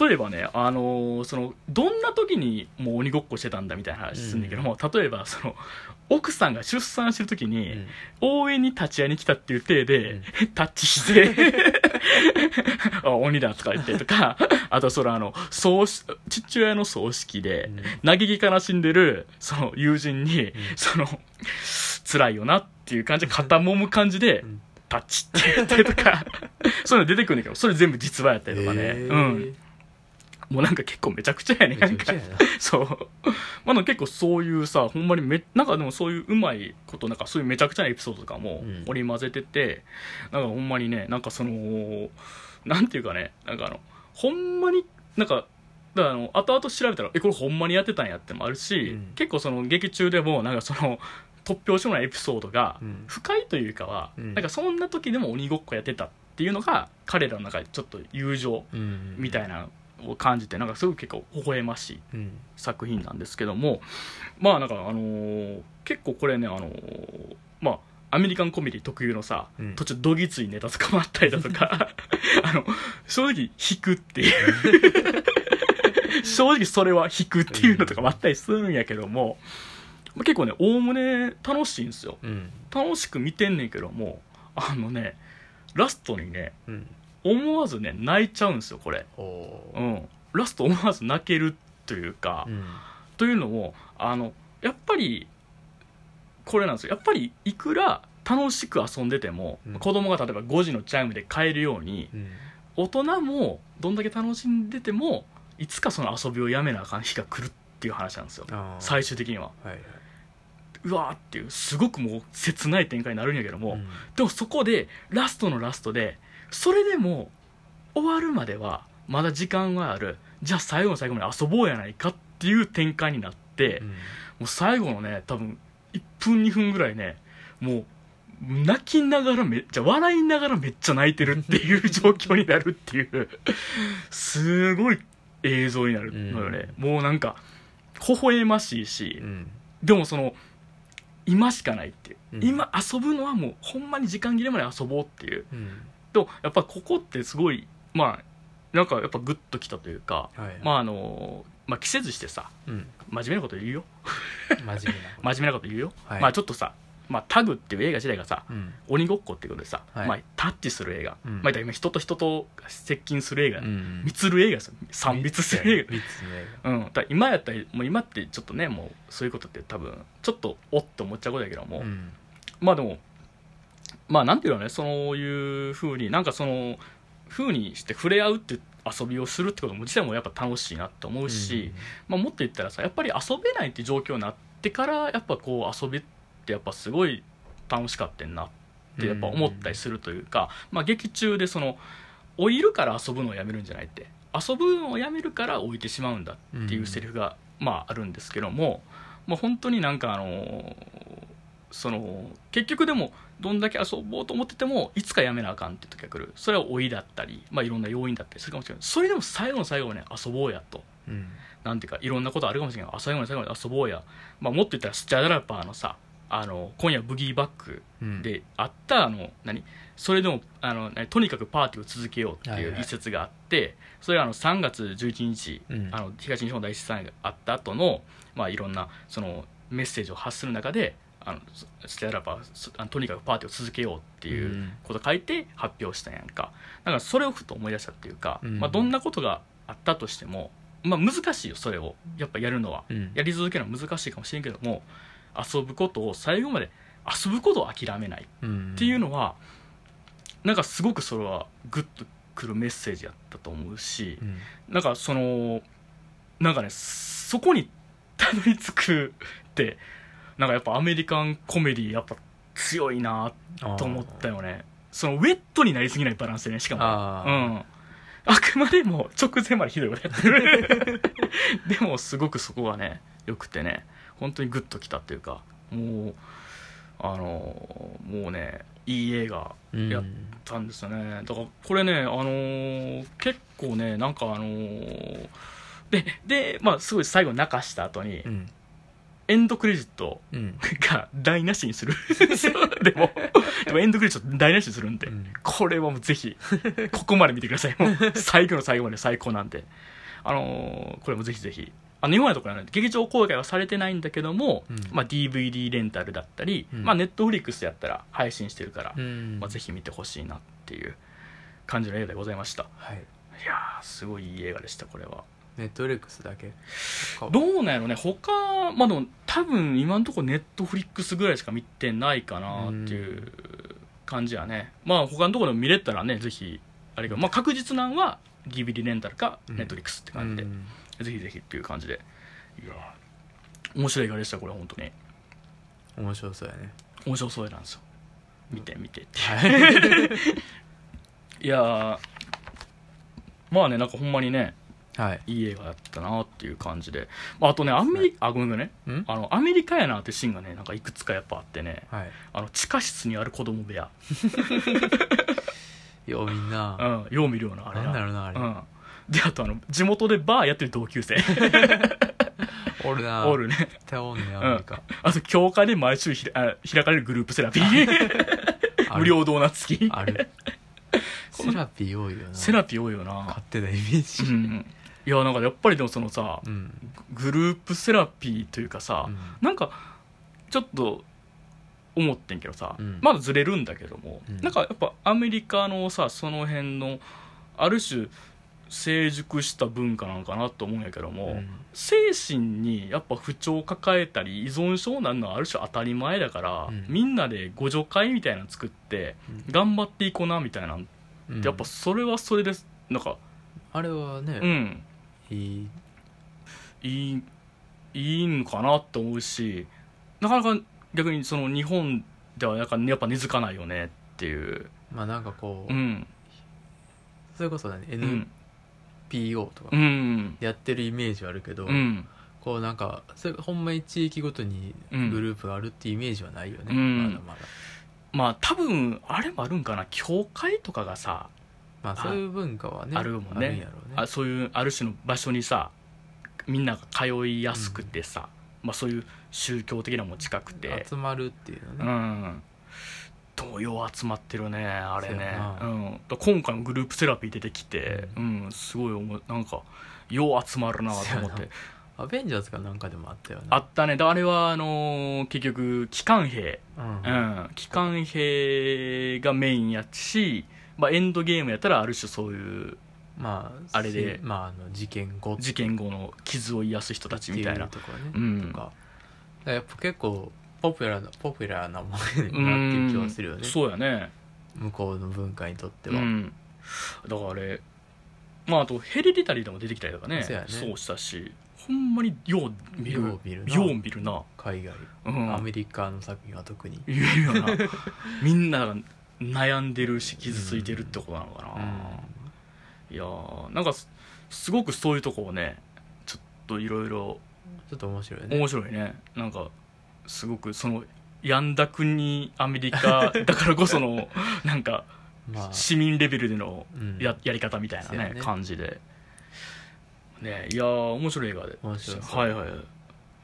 Speaker 1: 例えばね、あのーそのどんな時にもう鬼ごっこしてたんだみたいな話するんだけども、例えばその奥さんが出産してる時に、
Speaker 2: うん
Speaker 1: 応援に立ち会いに来たっていう体で、
Speaker 2: うん
Speaker 1: タッチして、 [LAUGHS] あ鬼だとか言ってとか、あとそれあの、葬式父親の葬式で、嘆き悲しんでる、その友人に、その、辛いよなっていう感じで、肩揉む感じで、
Speaker 2: うん
Speaker 1: タッチって言ったりと
Speaker 2: [LAUGHS]
Speaker 1: か、そういうの出てくるんだけど、それ全部実話やったりとかね。
Speaker 2: えー
Speaker 1: うん。もうなんか結構めちゃくちゃやね。な
Speaker 2: めちゃ
Speaker 1: んか
Speaker 2: くちゃ。やな
Speaker 1: [LAUGHS] そう。まあでも結構そういうさ、ほんまにめ、なんかでもそういううまいこと、なんかそういうめちゃくちゃなエピソードとかも
Speaker 2: うん
Speaker 1: 織り交ぜてて、なんかほんまにね、なんかその、なんていうかね、なんかあの、ほんまに、なんか、だからあの後々調べたら、え、これほんまにやってたんやってのもあるし、
Speaker 2: うん
Speaker 1: 結構その劇中でも、なんかその、突拍子もないエピソードが
Speaker 2: うん
Speaker 1: 深いというかは、
Speaker 2: うん
Speaker 1: なんかそんな時でも鬼ごっこやってたっていうのが彼らの中でちょっと友情
Speaker 2: うん
Speaker 1: みたいなのを感じてなんかすごく結構微笑ましい
Speaker 2: うん
Speaker 1: 作品なんですけどもまあなんかあのー結構これねあのーまあアメリカンコメディ特有のさ、
Speaker 2: うん
Speaker 1: 途中どぎついネタとかもあったりだと
Speaker 2: [LAUGHS]
Speaker 1: かあの正直引くっていう
Speaker 2: [LAUGHS]
Speaker 1: 正直それは引くっていうのとかもあったりするんやけども、まあ結構ねおおむね楽しいんですよ
Speaker 2: うん
Speaker 1: 楽しく見てんねんけどもあのねラストにね
Speaker 2: うん
Speaker 1: 思わずね泣いちゃうんですよこれ、
Speaker 2: お
Speaker 1: う
Speaker 2: ー
Speaker 1: ん、ラスト思わず泣けるというか、
Speaker 2: うん
Speaker 1: というのもあのやっぱりこれなんですよやっぱりいくら楽しく遊んでても、
Speaker 2: うん
Speaker 1: 子供が例えば5時のチャイムで帰るように
Speaker 2: うん
Speaker 1: 大人もどんだけ楽しんでてもいつかその遊びをやめなあかん日が来るっていう話なんですよ
Speaker 2: あー
Speaker 1: 最終的には
Speaker 2: はいはいう
Speaker 1: わーっていうすごくもう切ない展開になるんやけども、
Speaker 2: うん
Speaker 1: でもそこでラストのラストでそれでも終わるまではまだ時間はあるじゃあ最後の最後まで遊ぼうやないかっていう展開になって、
Speaker 2: う
Speaker 1: も
Speaker 2: ん
Speaker 1: う最後のね多分1分2分ぐらいねもう泣きながらめっちゃ笑いながらめっちゃ泣いてるっていう [LAUGHS] 状況になるっていうすごい映像になるのよね、もうなんか微笑ましいし、
Speaker 2: うん
Speaker 1: でもその今しかないっていう、
Speaker 2: うん
Speaker 1: 今遊ぶのはもうほんまに時間切れまで遊ぼうっていう
Speaker 2: うん
Speaker 1: でもやっぱここってすごいまあなんかやっぱグッときたというか
Speaker 2: はい
Speaker 1: まああのまあ着せずしてさ
Speaker 2: うん
Speaker 1: 真面目なこと言うよ
Speaker 2: 真面目なこ
Speaker 1: 真面目なこと言うよ、
Speaker 2: はい
Speaker 1: まあちょっとさ、まあ、タグっていう映画自体がさ
Speaker 2: とうん
Speaker 1: 鬼ごっこっていうことでさ、
Speaker 2: はい
Speaker 1: まあ、タッチする映画、
Speaker 2: うん
Speaker 1: まあ、今人と人と接近する映画、
Speaker 2: うん
Speaker 1: 密る映画ですよ三密する映画
Speaker 2: 三つの映
Speaker 1: うん、だから今やったりもう今ってちょっとねもうそういうことって多分ちょっとおっと思っちゃうことだけども、
Speaker 2: 画うん
Speaker 1: まあでもまあなんていうのねそういうふうになんかそのふうにして触れ合うっていう遊びをするってことも自体もやっぱ楽しいなって思うし、まあ、もっと言ったらさやっぱり遊べないっていう状況になってからやっぱこう遊びってやっぱすごい楽しかったんなってやっぱ思ったりするというか、まあ、劇中でその老いるから遊ぶのをやめるんじゃないって遊ぶのをやめるから置いてしまうんだっていうセリフが、まあ、あるんですけども、まあ、本当になんかあのーその結局でもどんだけ遊ぼうと思っててもいつかやめなあかんっていう時が来るそれは老いだったり、まあ、いろんな要因だったりするかもしれないそれでも最後の最後はね遊ぼうやと
Speaker 2: うん
Speaker 1: なんていうかいろんなことあるかもしれないあ最後の最後まで遊ぼうや、まあ、もっと言ったらスチャダラパーのさあの今夜ブギーバック
Speaker 2: うん
Speaker 1: であったあの何それでもあの何とにかくパーティーを続けようって
Speaker 2: はい
Speaker 1: い
Speaker 2: は
Speaker 1: う
Speaker 2: い
Speaker 1: 一節があって、それがあの3月11日、
Speaker 2: うん
Speaker 1: あの東日本大震災があった後のまあいろんなそのメッセージを発する中であのスステラパーそあのとにかくパーティーを続けようっていううんことを書いて発表したんやんかだからそれをふと思い出したっていうか、
Speaker 2: うん
Speaker 1: まあ、どんなことがあったとしても、まあ、難しいよそれをやっぱやるのは、
Speaker 2: うん
Speaker 1: やり続けるのは難しいかもしれんけども遊ぶことを最後まで遊ぶことを諦めない
Speaker 2: っ
Speaker 1: っていうのはなんかすごくそれはグッとくるメッセージやったと思うし
Speaker 2: うん
Speaker 1: なんかそのなんかねそこにたどり着くってなんかやっぱアメリカンコメディやっぱ強いなと思ったよねそのウェットになりすぎないバランスでねしかも
Speaker 2: あ
Speaker 1: う
Speaker 2: ー
Speaker 1: んあくまでも直前までひどいことやってる [LAUGHS] でもすごくそこがねよくてね本当にグッときたっていうかもうあのーもうねいい映画
Speaker 2: うん
Speaker 1: やったんですよねだからこれねあのー結構ねなんかあのーででまあすごい最後泣かした後に、
Speaker 2: うん
Speaker 1: エンドクレジット
Speaker 2: うん
Speaker 1: が台無しにする [LAUGHS] そうでもでもエンドクレジット台無しにするんで、
Speaker 2: うん
Speaker 1: これはもうぜひここまで見てくださいもう最後の最後まで最高なんであのーこれもぜひぜひあの日本やところなんで劇場公開はされてないんだけども、
Speaker 2: うん
Speaker 1: まあ、DVD レンタルだったり、
Speaker 2: うん
Speaker 1: まあ、ネットフリックスやったら配信してるから、
Speaker 2: うん
Speaker 1: [LAUGHS] まあ、ぜひ見てほしいなっていう感じの映画でございました
Speaker 2: はい
Speaker 1: いやーすごいいい映画でしたこれは
Speaker 2: ネットフリックスだけか
Speaker 1: どうなんやろね他まあでも多分今のところネットフリックスぐらいしか見てないかなっていう感じやねまあ他のところでも見れたらねぜひあれが、まあ、確実なんは DVD レンタルか
Speaker 2: うん
Speaker 1: ネットフリックスって
Speaker 2: う
Speaker 1: 感じで、
Speaker 2: ん
Speaker 1: ぜひぜひっていう感じでいやー面白い映画でしたこれ本当に
Speaker 2: 面白そうや
Speaker 1: [LAUGHS]
Speaker 2: ね
Speaker 1: 面白そうなんですよ見て見てって
Speaker 2: はい
Speaker 1: いやーまあねなんかほんまにね
Speaker 2: はい
Speaker 1: いい映画だったなっていう感じで、まあ、あとねアメリカ、あごめんごめんね
Speaker 2: うん
Speaker 1: あのアメリカやなってシーンがねなんかいくつかやっぱあってね
Speaker 2: はい
Speaker 1: あの地下室にある子供部屋、
Speaker 2: ようみんな
Speaker 1: うん、よう見るようなあれ
Speaker 2: なんだろうなあれ
Speaker 1: うん、であとあの地元でバーやってる同級生
Speaker 2: おるな
Speaker 1: おるね
Speaker 2: 絶対おんねアメリカ
Speaker 1: あと教会で毎週ひらあ開かれるグループセラピー
Speaker 2: あ
Speaker 1: [LAUGHS]
Speaker 2: る
Speaker 1: 無料ドーナツ付き
Speaker 2: あるセラピー多いよな
Speaker 1: セラピー多いよな
Speaker 2: 勝手なイメ
Speaker 1: う
Speaker 2: ー
Speaker 1: んう
Speaker 2: ジ
Speaker 1: んいやなんかやっぱりでもそのさ
Speaker 2: うん
Speaker 1: グループセラピーというかさ、
Speaker 2: うん
Speaker 1: なんかちょっと思ってんけどさ、
Speaker 2: うん
Speaker 1: まだずれるんだけども、
Speaker 2: うん
Speaker 1: なんかやっぱアメリカのさその辺のある種成熟した文化なんかなと思うんやけども、
Speaker 2: うん
Speaker 1: 精神にやっぱ不調を抱えたり依存症なんのはある種当たり前だから、
Speaker 2: うん
Speaker 1: みんなで互助会みたいなの作って
Speaker 2: うん
Speaker 1: 頑張っていこうなみたいなんっ
Speaker 2: うん
Speaker 1: やっぱそれはそれですなんか
Speaker 2: あれはね、
Speaker 1: うん
Speaker 2: いい
Speaker 1: いいいいんかなって思うしなかなか逆にその日本ではなんかやっぱ根付かないよねっていう
Speaker 2: まあなんかこう、
Speaker 1: うん
Speaker 2: それこそ、ね、
Speaker 1: うん
Speaker 2: NPO と
Speaker 1: う
Speaker 2: か
Speaker 1: ん
Speaker 2: やってるイメージはあるけど、
Speaker 1: うん
Speaker 2: こうなんかそれほんまに地域ごとに
Speaker 1: うん
Speaker 2: グループがあるっていうイメージはないよね、
Speaker 1: うん
Speaker 2: まだまだ
Speaker 1: まあ多分あれもあるんかな教会とかがさ
Speaker 2: まあそういう文化はね
Speaker 1: あるもんね
Speaker 2: あるんやろうね
Speaker 1: あそういうある種の場所にさみんなが通いやすくてさ、まあ、そういう宗教的なのも近くて
Speaker 2: 集まるっていうの
Speaker 1: う
Speaker 2: ね、
Speaker 1: ん同様集まってるねあれ
Speaker 2: そうや
Speaker 1: ね
Speaker 2: な、
Speaker 1: うん、だ今回もグループセラピー出てきて、うんすごい思うなんかよう集まるなと思っ
Speaker 2: そうや
Speaker 1: て
Speaker 2: なアベンジャーズかなんかでもあったよね
Speaker 1: あったねだあれはあのー結局機関兵、
Speaker 2: うん
Speaker 1: う、ん、機関兵がメインやし、まあ、エンドゲームやったらある種そういう
Speaker 2: まあ
Speaker 1: あれで
Speaker 2: しまあ、あの事件後
Speaker 1: 事件後の傷を癒す人たちみたいな
Speaker 2: ってうところね、
Speaker 1: うん
Speaker 2: とかだからやっぱ結構ポピュラーなポピュラーなものやね
Speaker 1: うん
Speaker 2: なっていう気はするよね
Speaker 1: そうやね
Speaker 2: 向こうの文化にとって
Speaker 1: う
Speaker 2: は、
Speaker 1: んだからあれまああとヘリリタリーでも出てきたりとかね
Speaker 2: そうやね
Speaker 1: したしほんまによう見る
Speaker 2: よう見るな
Speaker 1: よう見るな
Speaker 2: 海外、
Speaker 1: うん
Speaker 2: アメリカの作品は特に、
Speaker 1: 言えるよな [LAUGHS] みんなが悩んでるし傷ついてるってことなのかな、いやーなんかすすごくそういうとこをねちょっといろいろ
Speaker 2: ちょっと面白いよね
Speaker 1: 面白いねなんかすごくその病んだ国アメリカだからこそ
Speaker 2: [LAUGHS]
Speaker 1: のなんか
Speaker 2: まあ
Speaker 1: 市民レベルでの
Speaker 2: うん
Speaker 1: ややり方みたいな
Speaker 2: そうや
Speaker 1: ね
Speaker 2: ね
Speaker 1: 感じでねいやー面白い映画で
Speaker 2: 面白そう
Speaker 1: はいはいはい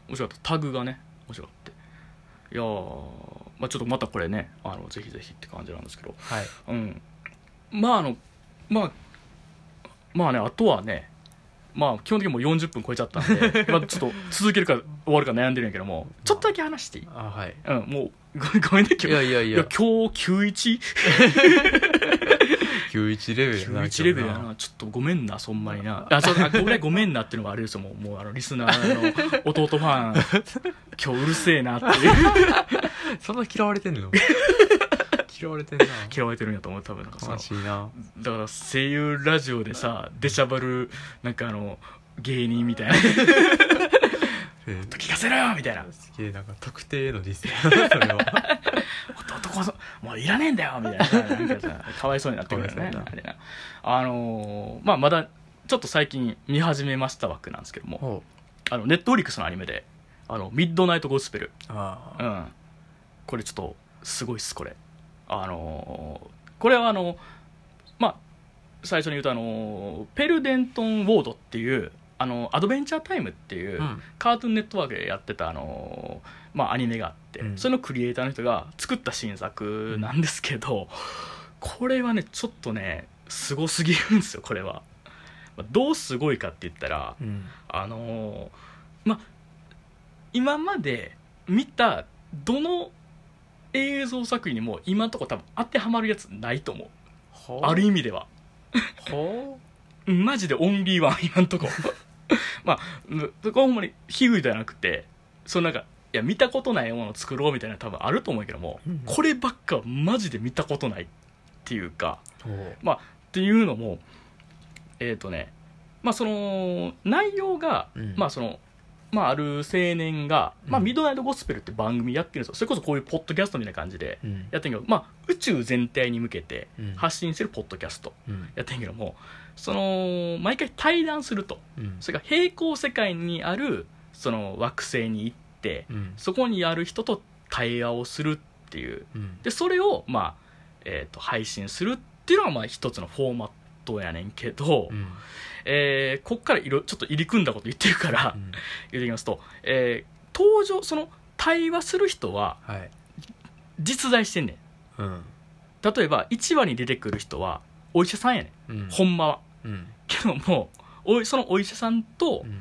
Speaker 1: 面白かったタグがね面白かったいやーまあ、ちょっとまたこれねあのぜひぜひって感じなんですけど
Speaker 2: はい
Speaker 1: うんまああのまあまあねあとはねまあ基本的にもう40分超えちゃったん
Speaker 2: [LAUGHS]
Speaker 1: でまあちょっと続けるか終わるか悩んでるんやけどもちょっとだけ話していい、
Speaker 2: あはい
Speaker 1: うん、もうごごめんね
Speaker 2: い
Speaker 1: 今
Speaker 2: や
Speaker 1: 日
Speaker 2: いやい
Speaker 1: い
Speaker 2: や
Speaker 1: や今日91
Speaker 2: 91レベルやな
Speaker 1: 91レベルやなちょっとごめんなそんまに
Speaker 2: [LAUGHS]
Speaker 1: なあそうあごめんごめんなっていうのがあれですよもう [LAUGHS] もうあのリスナーの弟ファン今日うるせえなって
Speaker 2: [LAUGHS]
Speaker 1: いう
Speaker 2: 今日そんな嫌われてん
Speaker 1: [LAUGHS]
Speaker 2: の嫌われてんな
Speaker 1: 嫌われてるんやと思う多分なんかその
Speaker 2: 悲しいな
Speaker 1: だから声優ラジオでさ出しゃばるなんかあの芸人みたいな [LAUGHS]
Speaker 2: えー
Speaker 1: 聞かせろよみたいな
Speaker 2: すげえなんか特定のディ
Speaker 1: [LAUGHS]
Speaker 2: スやなそれは
Speaker 1: 男こそもういらねえんだよみたいなさなんか
Speaker 2: [LAUGHS]
Speaker 1: さかわいそうになってくるよ
Speaker 2: かわ
Speaker 1: ね
Speaker 2: いそうやな
Speaker 1: あれなあのーまあまだちょっと最近見始めました枠なんですけども
Speaker 2: ほ
Speaker 1: あのネットフリックスのアニメで「あのミッドナイト・ゴスペル」
Speaker 2: うあ
Speaker 1: う
Speaker 2: あ
Speaker 1: んこれちょっとすごいっすこれあのーこれはあのまあ最初に言うとあのーペルデントン・ウォードっていうあのアドベンチャータイムっていう、
Speaker 2: うん
Speaker 1: カートゥーンネットワークでやってたあのーまあアニメがあって、
Speaker 2: うん
Speaker 1: それのクリエイターの人が作った新作なんですけど、これはねちょっとねすごすぎるんですよこれは、まあどうすごいかって言ったら
Speaker 2: うん
Speaker 1: あのーまあ今まで見たどの映像作品にも今のとこ多分当てはまるやつないと思う
Speaker 2: ほう
Speaker 1: ある意味では
Speaker 2: ほ
Speaker 1: マジでオンリーワン今んとこ [LAUGHS] まあうんそこはほんまに比喩ではなくてそのなんかいや見たことないものを作ろうみたいな多分あると思うけども、
Speaker 2: うん
Speaker 1: こればっかはマジで見たことないっていうか
Speaker 2: うほう
Speaker 1: っていうのもえっ、とねまあその内容が、
Speaker 2: うん
Speaker 1: まあそのまあ、ある青年が、まあ、
Speaker 2: うん
Speaker 1: ミッドナイト・ゴスペルって番組やってるんですよそれこそこういうポッドキャストみたいな感じで
Speaker 2: うん
Speaker 1: やってるけど、まあ、宇宙全体に向けて
Speaker 2: うん
Speaker 1: 発信してるポッドキャスト
Speaker 2: うん
Speaker 1: やってんけどもその毎回対談すると
Speaker 2: うん
Speaker 1: それが平行世界にあるその惑星に行って
Speaker 2: うん
Speaker 1: そこにある人と対話をするっていう
Speaker 2: うん
Speaker 1: でそれを、まあえー、と配信するっていうのはまあ一つのフォーマットやねんけど、
Speaker 2: うん
Speaker 1: えーこっからいろちょっと入り組んだこと言ってるから、
Speaker 2: うん
Speaker 1: 言ってきますと、えー登場その対話する人は
Speaker 2: はい
Speaker 1: 実在してんねん
Speaker 2: うん
Speaker 1: 例えば1話に出てくる人はお医者さんやね
Speaker 2: うん
Speaker 1: んほんまは
Speaker 2: うん
Speaker 1: けどもおいそのお医者さんと、
Speaker 2: うん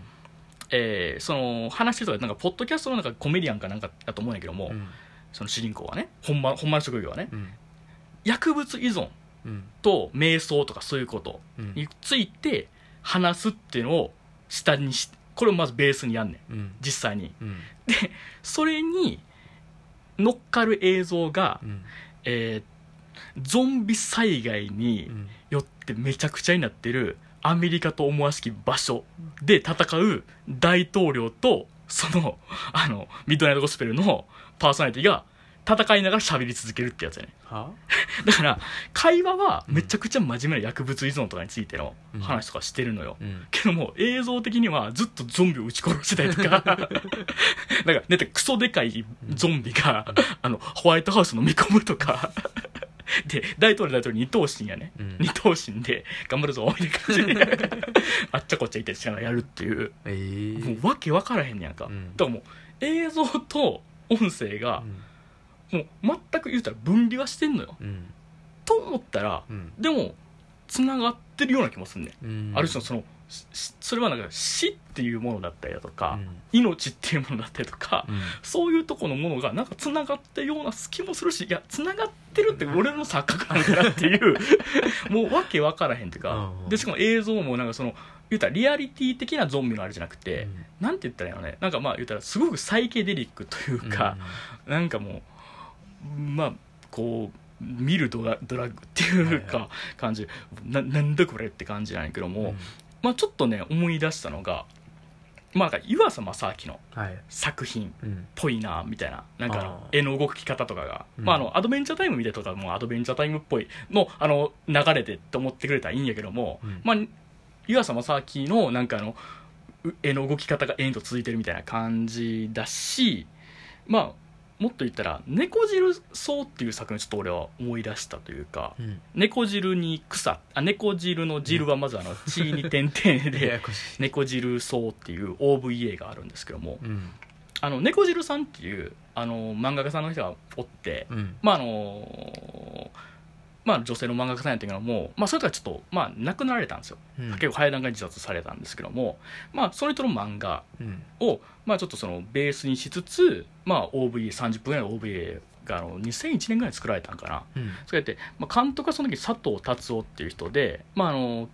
Speaker 1: えーその話してる人がなんかポッドキャストのなんかコメディアンかなんかだと思うんやけども、
Speaker 2: うん
Speaker 1: その主人公はねほんまほんまの職業はね
Speaker 2: うん
Speaker 1: 薬物依存
Speaker 2: うん
Speaker 1: と瞑想とかそういうこと
Speaker 2: うん
Speaker 1: について話すっていうのを下にしこれをまずベースにやんねん
Speaker 2: うん
Speaker 1: 実際に
Speaker 2: うん
Speaker 1: それに乗っかる映像が、
Speaker 2: うん
Speaker 1: えーゾンビ災害に
Speaker 2: うん
Speaker 1: よってめちゃくちゃになってるアメリカと思わしき場所で戦う大統領とその [LAUGHS] あのミッドナイトゴスペルのパーソナリティが戦いながら喋り続けるってやつやね
Speaker 2: は
Speaker 1: だから会話はめちゃくちゃ真面目な薬物依存とかについての話とかしてるのよ、
Speaker 2: うん
Speaker 1: けども映像的にはずっとゾンビを撃ち殺してたりとかなんかだってクソでかいゾンビが、あのホワイトハウスの見込むとかで大統領大統領二等身やね、
Speaker 2: うん
Speaker 1: 二等身で頑張るぞみたいな感じであっちゃこっちゃいたりしながらやるっていう
Speaker 2: ええ
Speaker 1: もうわけわからへんねやんか、
Speaker 2: うん
Speaker 1: だからもう映像と音声が
Speaker 2: うん
Speaker 1: もう全く言うたら分離はしてんのよ
Speaker 2: うん
Speaker 1: と思ったら
Speaker 2: うん
Speaker 1: でも繋がってるような気もすんねん
Speaker 2: うん
Speaker 1: ある種のそのししそれはなんか死っていうものだったりだとか、
Speaker 2: うん
Speaker 1: 命っていうものだったりとか、
Speaker 2: うん
Speaker 1: そういうとこのものがなんかつながったような気もするしいやつながってるって俺の錯覚なんだなっていう
Speaker 2: [LAUGHS]
Speaker 1: もうわけわからへんっていうか
Speaker 2: うんうん
Speaker 1: でしかも映像もなんかその言うたらリアリティ的なゾンビのあれじゃなくて、
Speaker 2: うん
Speaker 1: なんて言ったらいいのねなんかまあ言うたらすごくサイケデリックというか、なんかもうまあこう見るドラドラッグっていう
Speaker 2: はいは
Speaker 1: か感じ、ななんだこれって感じなんやけども、
Speaker 2: うんうん
Speaker 1: まあ、ちょっとね思い出したのが、まあ、なんか湯浅正明の
Speaker 2: はい
Speaker 1: 作品っ
Speaker 2: うん
Speaker 1: ぽいなみたいななんかあの
Speaker 2: あー
Speaker 1: 絵の動き方とかが、
Speaker 2: うん
Speaker 1: まあ、あのアドベンチャータイムみたいなとかもアドベンチャータイムっぽいのあの流れでと思ってくれたらいいんやけども、
Speaker 2: うん
Speaker 1: まあ、湯浅正明のなんかあのう絵の動き方が延々と続いてるみたいな感じだしまあもっと言ったら「猫汁草」っていう作品をちょっと俺は思い出したというか、
Speaker 2: うん
Speaker 1: 猫汁に草あ猫汁の汁はまずあの血に点々
Speaker 2: やや
Speaker 1: で
Speaker 2: こし [LAUGHS] い
Speaker 1: 猫汁草っていう OVA があるんですけども
Speaker 2: うん
Speaker 1: あの猫汁さんっていうあの漫画家さんの人がおって
Speaker 2: うん
Speaker 1: まああのまあ女性の漫画家さんやったけどもまあそれとはちょっとまあ亡くなられたんですよ
Speaker 2: うん
Speaker 1: 結構早い段階に自殺されたんですけどもまあその人の漫画
Speaker 2: うん
Speaker 1: をまあちょっとそのベースにしつつまあ OVA30 分ぐらいの OVA があの2001年ぐらいに作られたんかな
Speaker 2: うん
Speaker 1: そうやって、まあ、監督はその時佐藤達夫っていう人で、まああの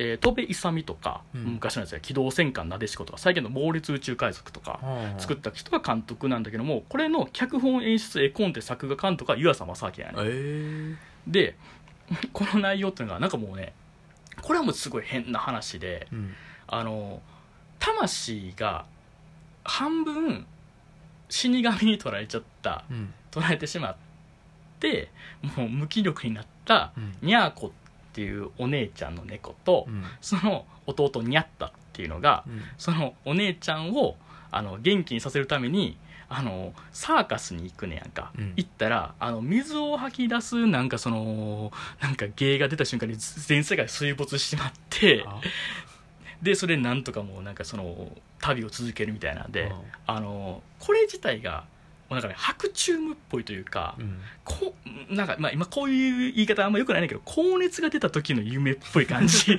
Speaker 1: えー、戸部勇とか、
Speaker 2: うん
Speaker 1: 昔のやつや「機動戦艦なでしこ」とか最近の「猛烈宇宙海賊」とか
Speaker 2: はあ
Speaker 1: 作った人が監督なんだけどもこれの脚本演出絵コンテ作画監督は湯浅正明やね
Speaker 2: ええ
Speaker 1: で [LAUGHS] この内容っていうのがなんかもうねこれはもうすごい変な話で
Speaker 2: うん
Speaker 1: あの魂が半分死神に取られちゃった
Speaker 2: うん
Speaker 1: 取られてしまってもう無気力になった
Speaker 2: うん
Speaker 1: にゃーこっていうお姉ちゃんの猫と、
Speaker 2: うん
Speaker 1: その弟にゃったっていうのが
Speaker 2: うん
Speaker 1: そのお姉ちゃんをあの元気にさせるためにあのサーカスに行くねやんか、
Speaker 2: うん
Speaker 1: 行ったらあの水を吐き出すなんかそのなんか芸が出た瞬間に全世界水没してしまって
Speaker 2: あ
Speaker 1: でそれでなんとかもうなんかその旅を続けるみたいなんで
Speaker 2: あ
Speaker 1: あのこれ自体がもうなんかね白昼夢っぽいというか、
Speaker 2: うん
Speaker 1: こうなんか、まあ、今こういう言い方あんまよくないんだけど高熱が出た時の夢っぽい感
Speaker 2: [LAUGHS]
Speaker 1: じ、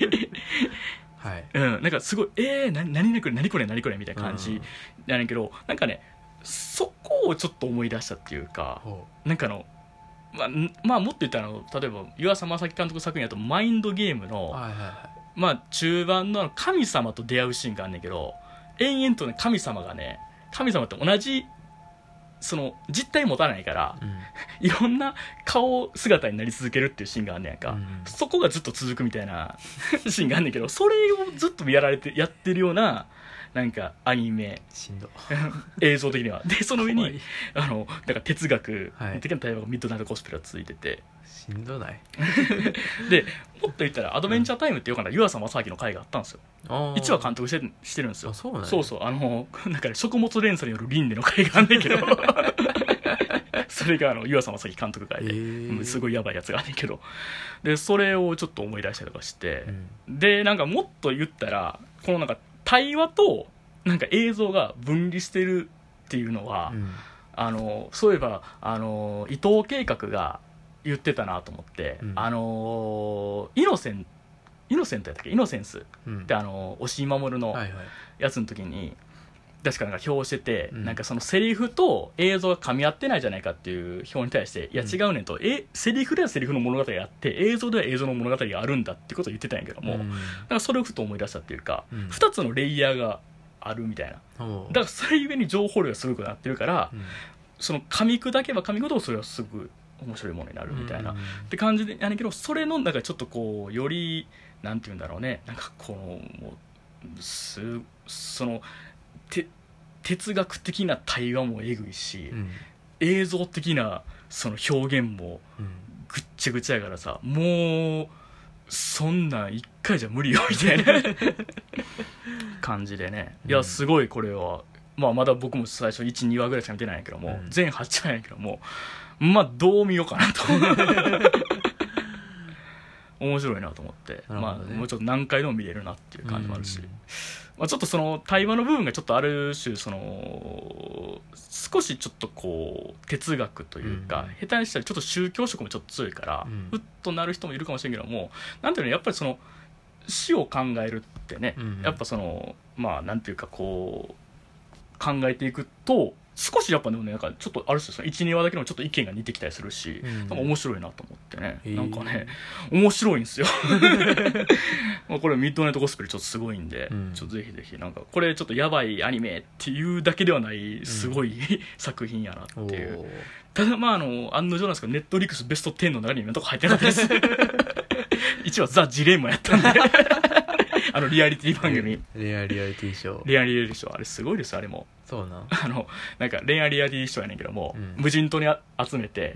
Speaker 2: はい
Speaker 1: うん、なんかすごい「えー、な何々これ何これ何これ」みたいな感じなんやけどなんかねそこをちょっと思い出したっていうか
Speaker 2: ほ
Speaker 1: なんかあのまあ、んまあもっと言ったらあの例えば湯浅正樹監督作品だと「マインドゲーム
Speaker 2: う
Speaker 1: の」
Speaker 2: はいはいは
Speaker 1: まあ、中盤のあの神様と出会うシーンがあんねんけど延々とね神様がね神様って同じその実体持たないから
Speaker 2: いうん
Speaker 1: いろんな顔姿になり続けるっていうシーンがあんねやんか、
Speaker 2: うん
Speaker 1: そこがずっと続くみたいな [LAUGHS] シーンがあんねんけどそれをずっとやられてやってるようななんかアニメ [LAUGHS]
Speaker 2: しんど
Speaker 1: 映像的にはでその上
Speaker 2: 怖
Speaker 1: に
Speaker 2: い
Speaker 1: あのなんか哲学
Speaker 2: はい
Speaker 1: 的な対話がミッドナイトコスプレが続いてて、
Speaker 2: しんどない
Speaker 1: でもっと言ったら「アドベンチャータイム」ってよかな湯浅正明の回があったんですよ
Speaker 2: あ
Speaker 1: 1話監督してしてるんですよ
Speaker 2: あそうなんや
Speaker 1: そうそうあの [LAUGHS] なんかね食物連鎖による輪廻の回があんねん
Speaker 2: [LAUGHS]
Speaker 1: けどそれがあの湯浅正樹監督回で、
Speaker 2: へー
Speaker 1: うんすごいやばいやつがあんねんけどでそれをちょっと思い出したりとかして
Speaker 2: う、ん
Speaker 1: でなんかもっと言ったらこのなんか対話となんか映像が分離してるっていうのは、
Speaker 2: うん
Speaker 1: あのそういえばあの伊藤計画が言ってたなと思って、
Speaker 2: うん
Speaker 1: あのイノセンイノセントやったっけイノセンス
Speaker 2: うん
Speaker 1: ってあの押井守の
Speaker 2: はいはい
Speaker 1: やつの時に確かなんか表してて、
Speaker 2: うん
Speaker 1: なんかそのセリフと映像が噛み合ってないじゃないかっていう表に対して「いや
Speaker 2: うん
Speaker 1: 違うねんと」えセリフではセリフの物語があって映像では映像の物語があるんだってことを言ってたんやけども、
Speaker 2: う
Speaker 1: なん
Speaker 2: ん
Speaker 1: かそれをふと思い出したっていうか、
Speaker 2: うん
Speaker 1: 2つのレイヤーがあるみたいな
Speaker 2: ほう
Speaker 1: だからそれゆえに情報量がすごくなってるから、
Speaker 2: うん
Speaker 1: その噛み砕けば噛み砕くとそれはすぐ面白いものになるみたいな、
Speaker 2: うん
Speaker 1: っ、て感じでやねんけどそれのなんかちょっとこうよりなんて言うんだろうねなんかこうもうすそのて哲学的な対話もえぐいし、
Speaker 2: うん
Speaker 1: 映像的なその表現も
Speaker 2: うん
Speaker 1: ぐっちゃぐちゃやからさもうそんなん一回じゃ無理よみたいな感じでねいうや
Speaker 2: ん
Speaker 1: すごいこれは、まあ、まだ僕も最初12話ぐらいしか見てないんやけども、
Speaker 2: うん
Speaker 1: 全8話やけどもまあどう見ようかなと
Speaker 2: [LAUGHS]
Speaker 1: 面白いなと思って、
Speaker 2: なるほ
Speaker 1: ま
Speaker 2: どね
Speaker 1: あ、もうちょっと何回でも見れるなっていう感じもあるし、
Speaker 2: うん
Speaker 1: まあ、ちょっとその対話の部分がちょっとある種その少しちょっとこう哲学というか、
Speaker 2: うん
Speaker 1: 下手にしたらちょっと宗教色もちょっと強いから、
Speaker 2: うん
Speaker 1: うっとなる人もいるかもしれんけどもなんていうのやっぱりその死を考えるってね、
Speaker 2: うん
Speaker 1: やっぱそのまあなんていうかこう考えていくと少しやっぱでもねなんかちょっとある種その12話だけでもちょっと意見が似てきたりするし、
Speaker 2: うん
Speaker 1: なんか面白いなと思ってね、
Speaker 2: へー
Speaker 1: なんかね面白いんですよ [LAUGHS] まあこれミッドナイトゴスペルちょっとすごいんで、
Speaker 2: うん
Speaker 1: ちょっとぜひぜひなんかこれちょっとやばいアニメっていうだけではないすごい、作品やな
Speaker 2: お
Speaker 1: っていう
Speaker 2: ー
Speaker 1: ただまああの案の定なんですけどネットリックスベスト10の中に今のとこ入ってなかったです一応ザ・ジレンマやったん
Speaker 2: [LAUGHS]
Speaker 1: であのリアリティ番組
Speaker 2: レアリアリティショー
Speaker 1: 恋愛リアリティショーあれすごいですあれも
Speaker 2: そうなん
Speaker 1: あのなんか恋愛リアリティショーやねんけども、
Speaker 2: うん
Speaker 1: 無人島にあ集めて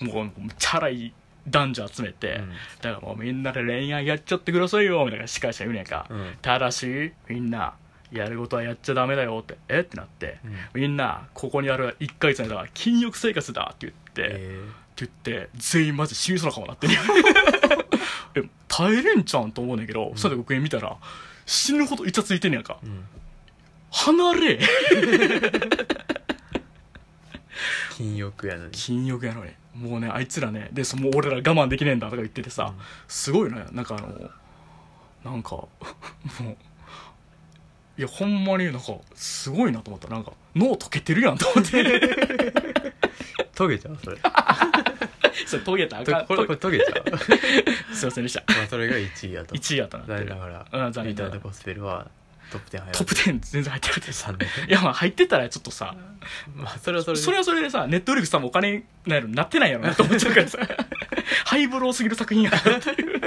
Speaker 2: う、ん
Speaker 1: もうもうチャラい男女集めて、
Speaker 2: うん
Speaker 1: だからもうみんなで恋愛やっちゃってくださいよみたいな司会者言うねんか、
Speaker 2: うん
Speaker 1: ただしみんなやることはやっちゃダメだよってえってなって、みんなここにある1ヶ月の間は禁欲生活だって言って、
Speaker 2: え
Speaker 1: って言って全員マジ死にそうな顔にな
Speaker 2: [LAUGHS]
Speaker 1: ってるえ耐えれんじゃうんと思うねんけど、それで僕見たら死ぬほどイチャついてんねやんか
Speaker 2: ーうん
Speaker 1: 離れ
Speaker 2: 禁欲やのに
Speaker 1: 禁欲やのにもうねあいつらねでそもう俺ら我慢できねえんだとか言っててさ、
Speaker 2: うん
Speaker 1: すごいねなんかあのなんか [LAUGHS] もういやほんまになんかすごいなと思ったなんか脳溶けてるやんと思って
Speaker 2: トゲちゃうそれ
Speaker 1: [LAUGHS] それ遂げたらあかん
Speaker 2: とこれこれトゲ
Speaker 1: [LAUGHS]
Speaker 2: ちゃう
Speaker 1: すいませんでした
Speaker 2: まあそれが1位やと
Speaker 1: 1位やったなって
Speaker 2: 残
Speaker 1: い
Speaker 2: 念
Speaker 1: う
Speaker 2: なが
Speaker 1: うん
Speaker 2: ら
Speaker 1: 残
Speaker 2: リ
Speaker 1: 念
Speaker 2: タ
Speaker 1: な
Speaker 2: ー
Speaker 1: が
Speaker 2: ド
Speaker 1: ら
Speaker 2: コスペルはトップ10入ら
Speaker 1: トップ10全然入ってなかったです
Speaker 2: 3年
Speaker 1: いやまあ入ってたらちょっとさ
Speaker 2: まあそれはそれで
Speaker 1: それはそれでさネットフリックスさんもお金なるな
Speaker 2: [LAUGHS]
Speaker 1: ってないやろなと思っちゃうからさハイブローすぎる作品やなって
Speaker 2: [LAUGHS]
Speaker 1: いう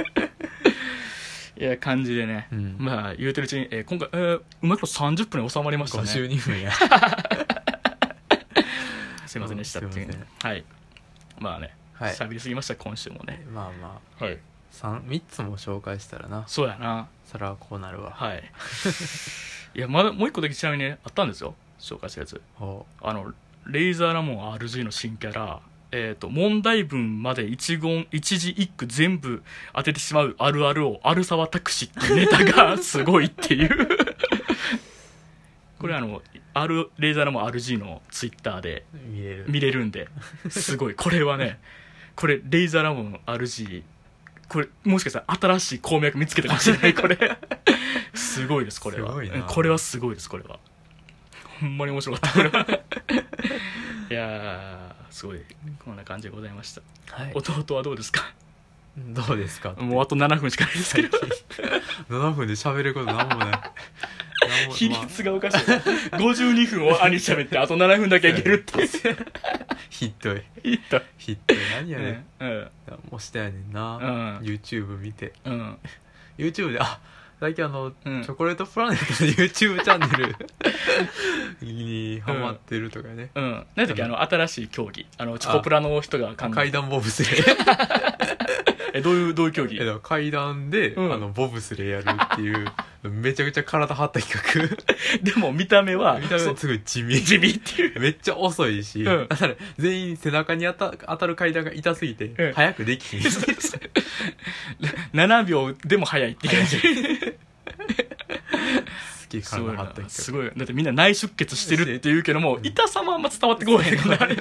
Speaker 1: いや感じでね、
Speaker 2: うん
Speaker 1: まあ言うてるうちに、えー今回、えーうまいこと30分に収まりましたね
Speaker 2: 52分や
Speaker 1: すいませんでしたっていう
Speaker 2: すいま
Speaker 1: はいまあね
Speaker 2: はい
Speaker 1: 喋、りすぎました今週もね
Speaker 2: まあま
Speaker 1: はい
Speaker 2: あ 3, 3つも紹介したらな
Speaker 1: そうやな
Speaker 2: それはこうなるわ
Speaker 1: はい
Speaker 2: [LAUGHS]
Speaker 1: いやまだもう一個だけちなみにねあったんですよ紹介したやつ
Speaker 2: お
Speaker 1: あのレイザーラモン RG の新キャラえー、と問題文まで一言一字一句全部当ててしまうあるあるを「あるさわタクシ」っていうネタがすごいっていうこれあの、R、レイザーラモン RG のツイッターで
Speaker 2: 見れる
Speaker 1: 見れるんですごいこれはねこれレイザーラモン RG これもしかしたら新しい鉱脈見つけたかもしれないこれすごいですこれは
Speaker 2: すごいな
Speaker 1: これはすごいですこれはほんまに面白かったこれはいやーすごいこんな感じでございました
Speaker 2: はい
Speaker 1: 弟はどうですか
Speaker 2: どうですか
Speaker 1: もうあと7分しかないですけど
Speaker 2: 7分で喋ることなんもないなんも
Speaker 1: [LAUGHS] 比率がおかしい52分を兄喋ってあと7分だけいける [LAUGHS] って
Speaker 2: まあひっどい
Speaker 1: 言った
Speaker 2: ひっどい何やねん、
Speaker 1: ねうん
Speaker 2: 何もしたやねんな、
Speaker 1: うん
Speaker 2: YouTube 見て
Speaker 1: うん
Speaker 2: YouTube であ最近あの、
Speaker 1: うん
Speaker 2: チョコレートプラネットの YouTube チャンネルにハマってるとかね、
Speaker 1: うん、何だっけあの新しい競技あのチョコプラの人が考
Speaker 2: 階
Speaker 1: え
Speaker 2: 段ボブスレ
Speaker 1: えどういうどういう競技
Speaker 2: ーえだから階段で、
Speaker 1: うん
Speaker 2: あのボブスレーやるっていうめちゃくちゃ体張った企
Speaker 1: でも見た目は
Speaker 2: 画見た目
Speaker 1: そ
Speaker 2: は
Speaker 1: う
Speaker 2: すごい地味
Speaker 1: 地味
Speaker 2: [LAUGHS]
Speaker 1: っていう
Speaker 2: めっちゃ遅いし、
Speaker 1: うん
Speaker 2: だから全員背中に当た当たる階段が痛すぎて、
Speaker 1: うん
Speaker 2: 早くできひ
Speaker 1: [LAUGHS]
Speaker 2: ん
Speaker 1: 7秒でも早いって感じ
Speaker 2: すげえ
Speaker 1: すご
Speaker 2: 体
Speaker 1: い
Speaker 2: 張っ
Speaker 1: な
Speaker 2: た
Speaker 1: す
Speaker 2: 企
Speaker 1: ごいだってみんな内出血してるって言うけども痛さもあんま伝わってこうへんから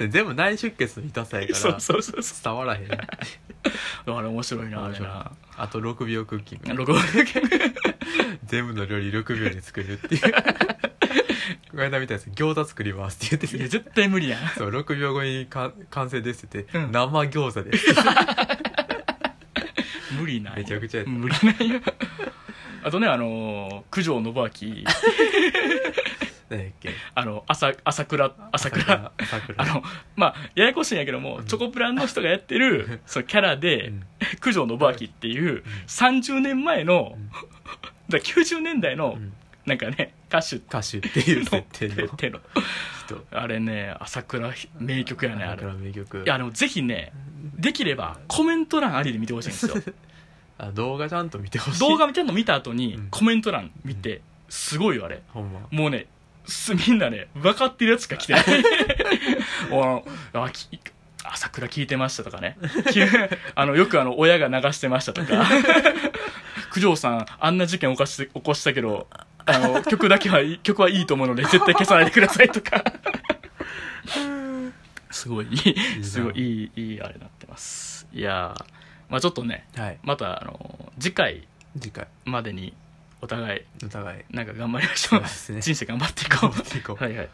Speaker 2: 画全部内出血の痛さや
Speaker 1: [LAUGHS]
Speaker 2: か
Speaker 1: そう
Speaker 2: ら
Speaker 1: そうそうそ
Speaker 2: 伝わらへん
Speaker 1: うあれ面白いなあれな
Speaker 2: あと6秒クッキング
Speaker 1: 録音
Speaker 2: 全部の料理6秒で作るっていう [LAUGHS] この間みたいです餃子作りますって言
Speaker 1: いや
Speaker 2: って
Speaker 1: 絶対無理やん
Speaker 2: そう6秒後にか完成ですって言って、
Speaker 1: うん
Speaker 2: 生餃子です
Speaker 1: 無理ない
Speaker 2: めちゃくちゃやった
Speaker 1: 無理ないよあとねあのー九条信明
Speaker 2: 何やっけ
Speaker 1: あの朝朝倉朝倉
Speaker 2: 朝倉
Speaker 1: あのまあややこしいんやけども、
Speaker 2: うん
Speaker 1: チョコプラの人がやってるそのキャラで、
Speaker 2: うん
Speaker 1: 九条信明っていう30年前の、
Speaker 2: う
Speaker 1: だ
Speaker 2: ん
Speaker 1: から90年代の、
Speaker 2: うん
Speaker 1: なんかね歌手
Speaker 2: 歌手っていう設
Speaker 1: の
Speaker 2: 定の
Speaker 1: 設定の
Speaker 2: 人
Speaker 1: あれね朝倉ひ名曲やねあ
Speaker 2: 朝
Speaker 1: れ
Speaker 2: 倉名曲
Speaker 1: いやあのぜひねできればコメント欄ありで見てほしいんです
Speaker 2: [LAUGHS]
Speaker 1: よ
Speaker 2: あ動画ちゃんと見てほしい
Speaker 1: 動画見てんの見た後に
Speaker 2: うん
Speaker 1: コメント欄見てすごいよあれ
Speaker 2: ほんま
Speaker 1: もうねすみんなね分かってるやつしか
Speaker 2: [LAUGHS]
Speaker 1: 来てないもうあき朝倉聞いてましたとかねきあのよくあの親が流してましたと
Speaker 2: [LAUGHS]
Speaker 1: か九条さんあんな事件起こして起こしたけどあの曲だけはいい曲はいいと思うので絶対消さないでくださいと
Speaker 2: [LAUGHS]
Speaker 1: かすごい
Speaker 2: いな
Speaker 1: すごいいいいいあれになってますいやーまあちょっとね
Speaker 2: はい
Speaker 1: またあの次回
Speaker 2: 次回
Speaker 1: までにお互い
Speaker 2: お互い
Speaker 1: なんか頑張りまし
Speaker 2: そ
Speaker 1: ょ
Speaker 2: う
Speaker 1: う
Speaker 2: ですね
Speaker 1: 人生頑張っていこう
Speaker 2: 頑張っていこう
Speaker 1: はいはいい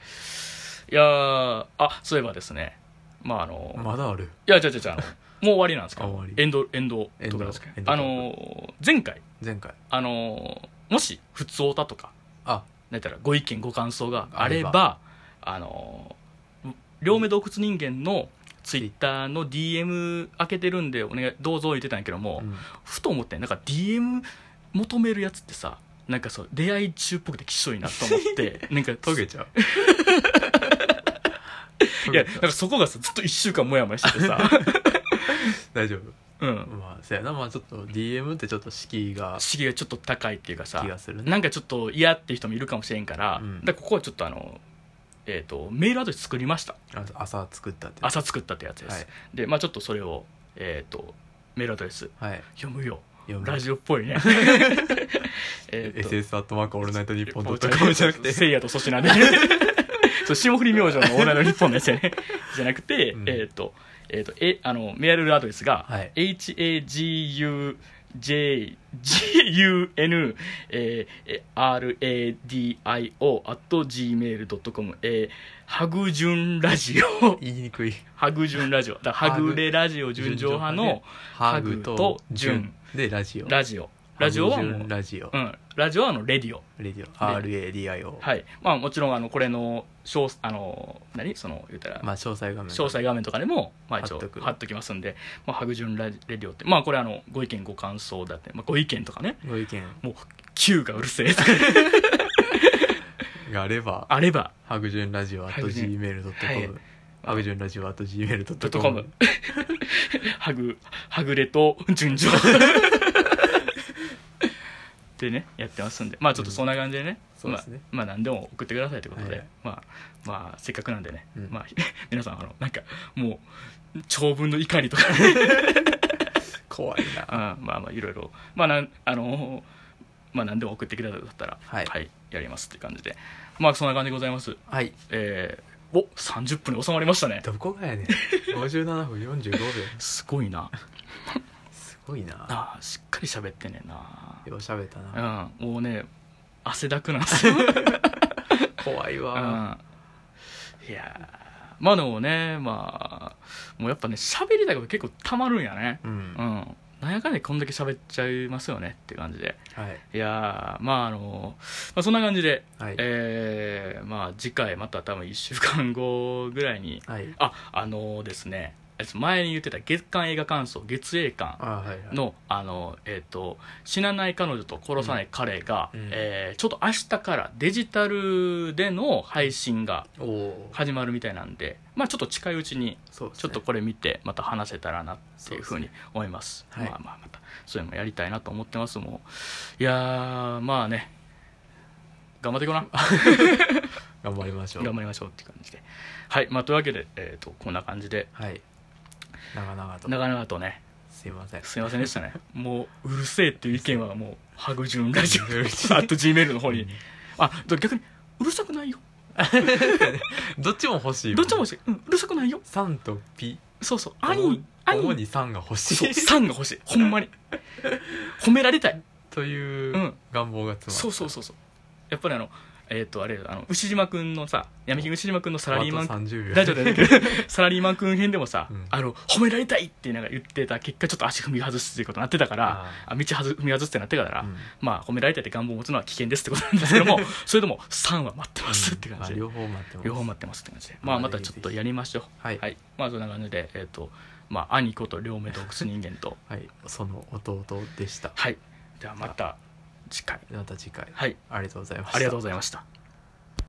Speaker 1: やーあそういえばですねまああの、
Speaker 2: まだある
Speaker 1: いやじゃじゃじゃもう終わりなんですか
Speaker 2: あ [LAUGHS] 終わり
Speaker 1: エンドエンド
Speaker 2: エンド
Speaker 1: とかですけ
Speaker 2: エン
Speaker 1: ど
Speaker 2: ド
Speaker 1: あの前回
Speaker 2: 前回
Speaker 1: あのもし普通オタとか
Speaker 2: あ
Speaker 1: なんやったらご意見ご感想があればあ
Speaker 2: あれ
Speaker 1: の両目洞窟人間のツイッターの DM 開けてるんでお願いどうぞ言ってたんやけども、
Speaker 2: うん
Speaker 1: ふと思ってなんか DM 求めるやつってさなんかそう出会い中っぽくてきしょいなと思って
Speaker 2: [LAUGHS]
Speaker 1: なんか
Speaker 2: トゲちゃうト
Speaker 1: いやな
Speaker 2: ゲち
Speaker 1: ん
Speaker 2: ゃう
Speaker 1: かそこがさずっと1週間モヤモヤしてて
Speaker 2: [LAUGHS]
Speaker 1: さ
Speaker 2: 大丈夫
Speaker 1: うん
Speaker 2: まあそやなまあちょっと DM ってちょっと敷居が
Speaker 1: 敷居がちょっと高いっていうかさ
Speaker 2: 気がするね
Speaker 1: なんかちょっと嫌っていう人もいるかもしれんから,、
Speaker 2: うん
Speaker 1: だからここはちょっとあのえっ、とメールアドレス作りました
Speaker 2: あと朝作ったって
Speaker 1: 朝作ったってやつです、
Speaker 2: はい
Speaker 1: でまあちょっとそれをえっ、とメールアドレス
Speaker 2: はい
Speaker 1: 読むよ
Speaker 2: 読む
Speaker 1: ラジオっぽい
Speaker 2: [LAUGHS]
Speaker 1: ね [LAUGHS] えっと
Speaker 2: SS アットマークオールナイトニッポンドットコムじゃなくて
Speaker 1: せいやと粗
Speaker 2: [LAUGHS]
Speaker 1: 品でそう霜降り明星のオーナーの日本のやつやねじゃなくて、
Speaker 2: うん
Speaker 1: えっ、と,、えー、とえあのメールアドレスが、
Speaker 2: はい
Speaker 1: HAGUJGUNRADIO gmail.com えーハグジュンラジ
Speaker 2: [LAUGHS]
Speaker 1: オ
Speaker 2: 言いにくい
Speaker 1: ハグジュンラジオだからハグレラジオ純情派の
Speaker 2: ハグとジュンでラジオ
Speaker 1: ラジオラジオは
Speaker 2: ハグ
Speaker 1: も
Speaker 2: ジュン
Speaker 1: う、
Speaker 2: ラジオ
Speaker 1: うん、ラジオはあのレディオ
Speaker 2: レディオ RADIO
Speaker 1: はいまあ、もちろんあのこれの詳あの何その言ったら、
Speaker 2: まあ詳細画面
Speaker 1: 詳細画面とかでも、まあ、一応
Speaker 2: 貼っとく
Speaker 1: 貼っときますんで「まあ、ハグジュンラジレディオ」ってまあこれあのご意見ご感想だって、まあ、ご意見とかね
Speaker 2: ご意見
Speaker 1: もう Q がうるせえ
Speaker 2: [LAUGHS] があれば
Speaker 1: あれば
Speaker 2: ハグジュンラジオ
Speaker 1: ハグジュ
Speaker 2: gmail.com
Speaker 1: はい
Speaker 2: ハグジュンラジオ
Speaker 1: ドットコム
Speaker 2: gmail.com
Speaker 1: [LAUGHS] ハグはぐれと順調でねやってますんでまあちょっとそんな感じでね、
Speaker 2: そうですね
Speaker 1: まあ、まあ何でも送ってくださいということで、
Speaker 2: はいはい
Speaker 1: まあまあせっかくなんでね、
Speaker 2: うん
Speaker 1: まあ皆さんあのなんかもう長文の怒りとか
Speaker 2: 怖いな
Speaker 1: あまあまあいろいろまあなんあのーまあ何でも送ってくださったら
Speaker 2: はい
Speaker 1: やりますっていう感じでまあそんな感じでございます
Speaker 2: はい
Speaker 1: えー、お30分に収まりましたね
Speaker 2: どこが
Speaker 1: [LAUGHS]
Speaker 2: やねん57分45秒
Speaker 1: すごいな
Speaker 2: すごいな
Speaker 1: あーしっかり喋ってんねんな
Speaker 2: よう喋ったな
Speaker 1: うんもうね汗だくなんですよ、うん、い
Speaker 2: 怖いわ
Speaker 1: やーまあでもねまあもうやっぱね喋りたいこと結構たまるんやね
Speaker 2: うん
Speaker 1: うんなんやかんやこんだけ喋っちゃいますよねっていう感じで
Speaker 2: はい
Speaker 1: いやーまああのまあ、そんな感じで、
Speaker 2: はい
Speaker 1: えーまあ、次回また多分1週間後ぐらいに
Speaker 2: はい
Speaker 1: ああのですね前に言ってた月間映画感想月映
Speaker 2: あ
Speaker 1: 館
Speaker 2: はいはい
Speaker 1: のあの、えー、と死なない彼女と殺さない彼が、
Speaker 2: うんうん
Speaker 1: えーちょっと明日からデジタルでの配信が
Speaker 2: おお
Speaker 1: 始まるみたいなんで、まあ、ちょっと近いうちに
Speaker 2: そうです
Speaker 1: ちょ
Speaker 2: ね
Speaker 1: っとこれ見てまた話せたらなっていうふうに思います
Speaker 2: そうで
Speaker 1: ま
Speaker 2: すねは
Speaker 1: あまあまたそういうのもやりたいなと思ってますもういやーまあね頑張っていこうな
Speaker 2: 頑張りましょう
Speaker 1: 頑張りましょうっていう感じではいまあというわけで、えー、とこんな感じで
Speaker 2: はい長々と
Speaker 1: 長々とね
Speaker 2: すいません
Speaker 1: すいませんでしたねもううるせえっていう意見はもうハグジュンラ
Speaker 2: [LAUGHS]
Speaker 1: ジオあと G メールの方にあでも逆にうるさくないよ
Speaker 2: どっちも欲しい
Speaker 1: どっちも欲
Speaker 2: しい
Speaker 1: しい、うん、うるさくないよ
Speaker 2: 3と P
Speaker 1: そうそう
Speaker 2: 主
Speaker 1: 兄
Speaker 2: に主
Speaker 1: 兄
Speaker 2: に3が欲し
Speaker 1: そう
Speaker 2: い
Speaker 1: さんが欲しいほんまに褒められたい
Speaker 2: [LAUGHS] といううん願望が詰まった
Speaker 1: そうそうそうそうやっぱりあのえっ、とあれあの牛島くんのさ闇金牛島くんのサラリーマン
Speaker 2: あと30秒
Speaker 1: 大丈夫大丈夫サラリーマンくん編でもさ、
Speaker 2: うん
Speaker 1: あの褒められたいってなんか言ってた結果ちょっと足踏み外すっていうことになってたからあ道はず踏み外すってなってたから、
Speaker 2: うん
Speaker 1: まあ褒められたいって願望を持つのは危険ですってことなんですけど
Speaker 2: [LAUGHS]
Speaker 1: もそれでも3は待ってますって感じ、
Speaker 2: まあ両方待ってます
Speaker 1: 両方待ってますって感じでまあまたちょっとやりましょう
Speaker 2: はい
Speaker 1: まあそんな感じでえっ、とまあ兄こと両目洞窟人間と
Speaker 2: はいその弟でした
Speaker 1: はいではまた次回
Speaker 2: また次回
Speaker 1: はい
Speaker 2: ありがとうございました
Speaker 1: ありがとうございました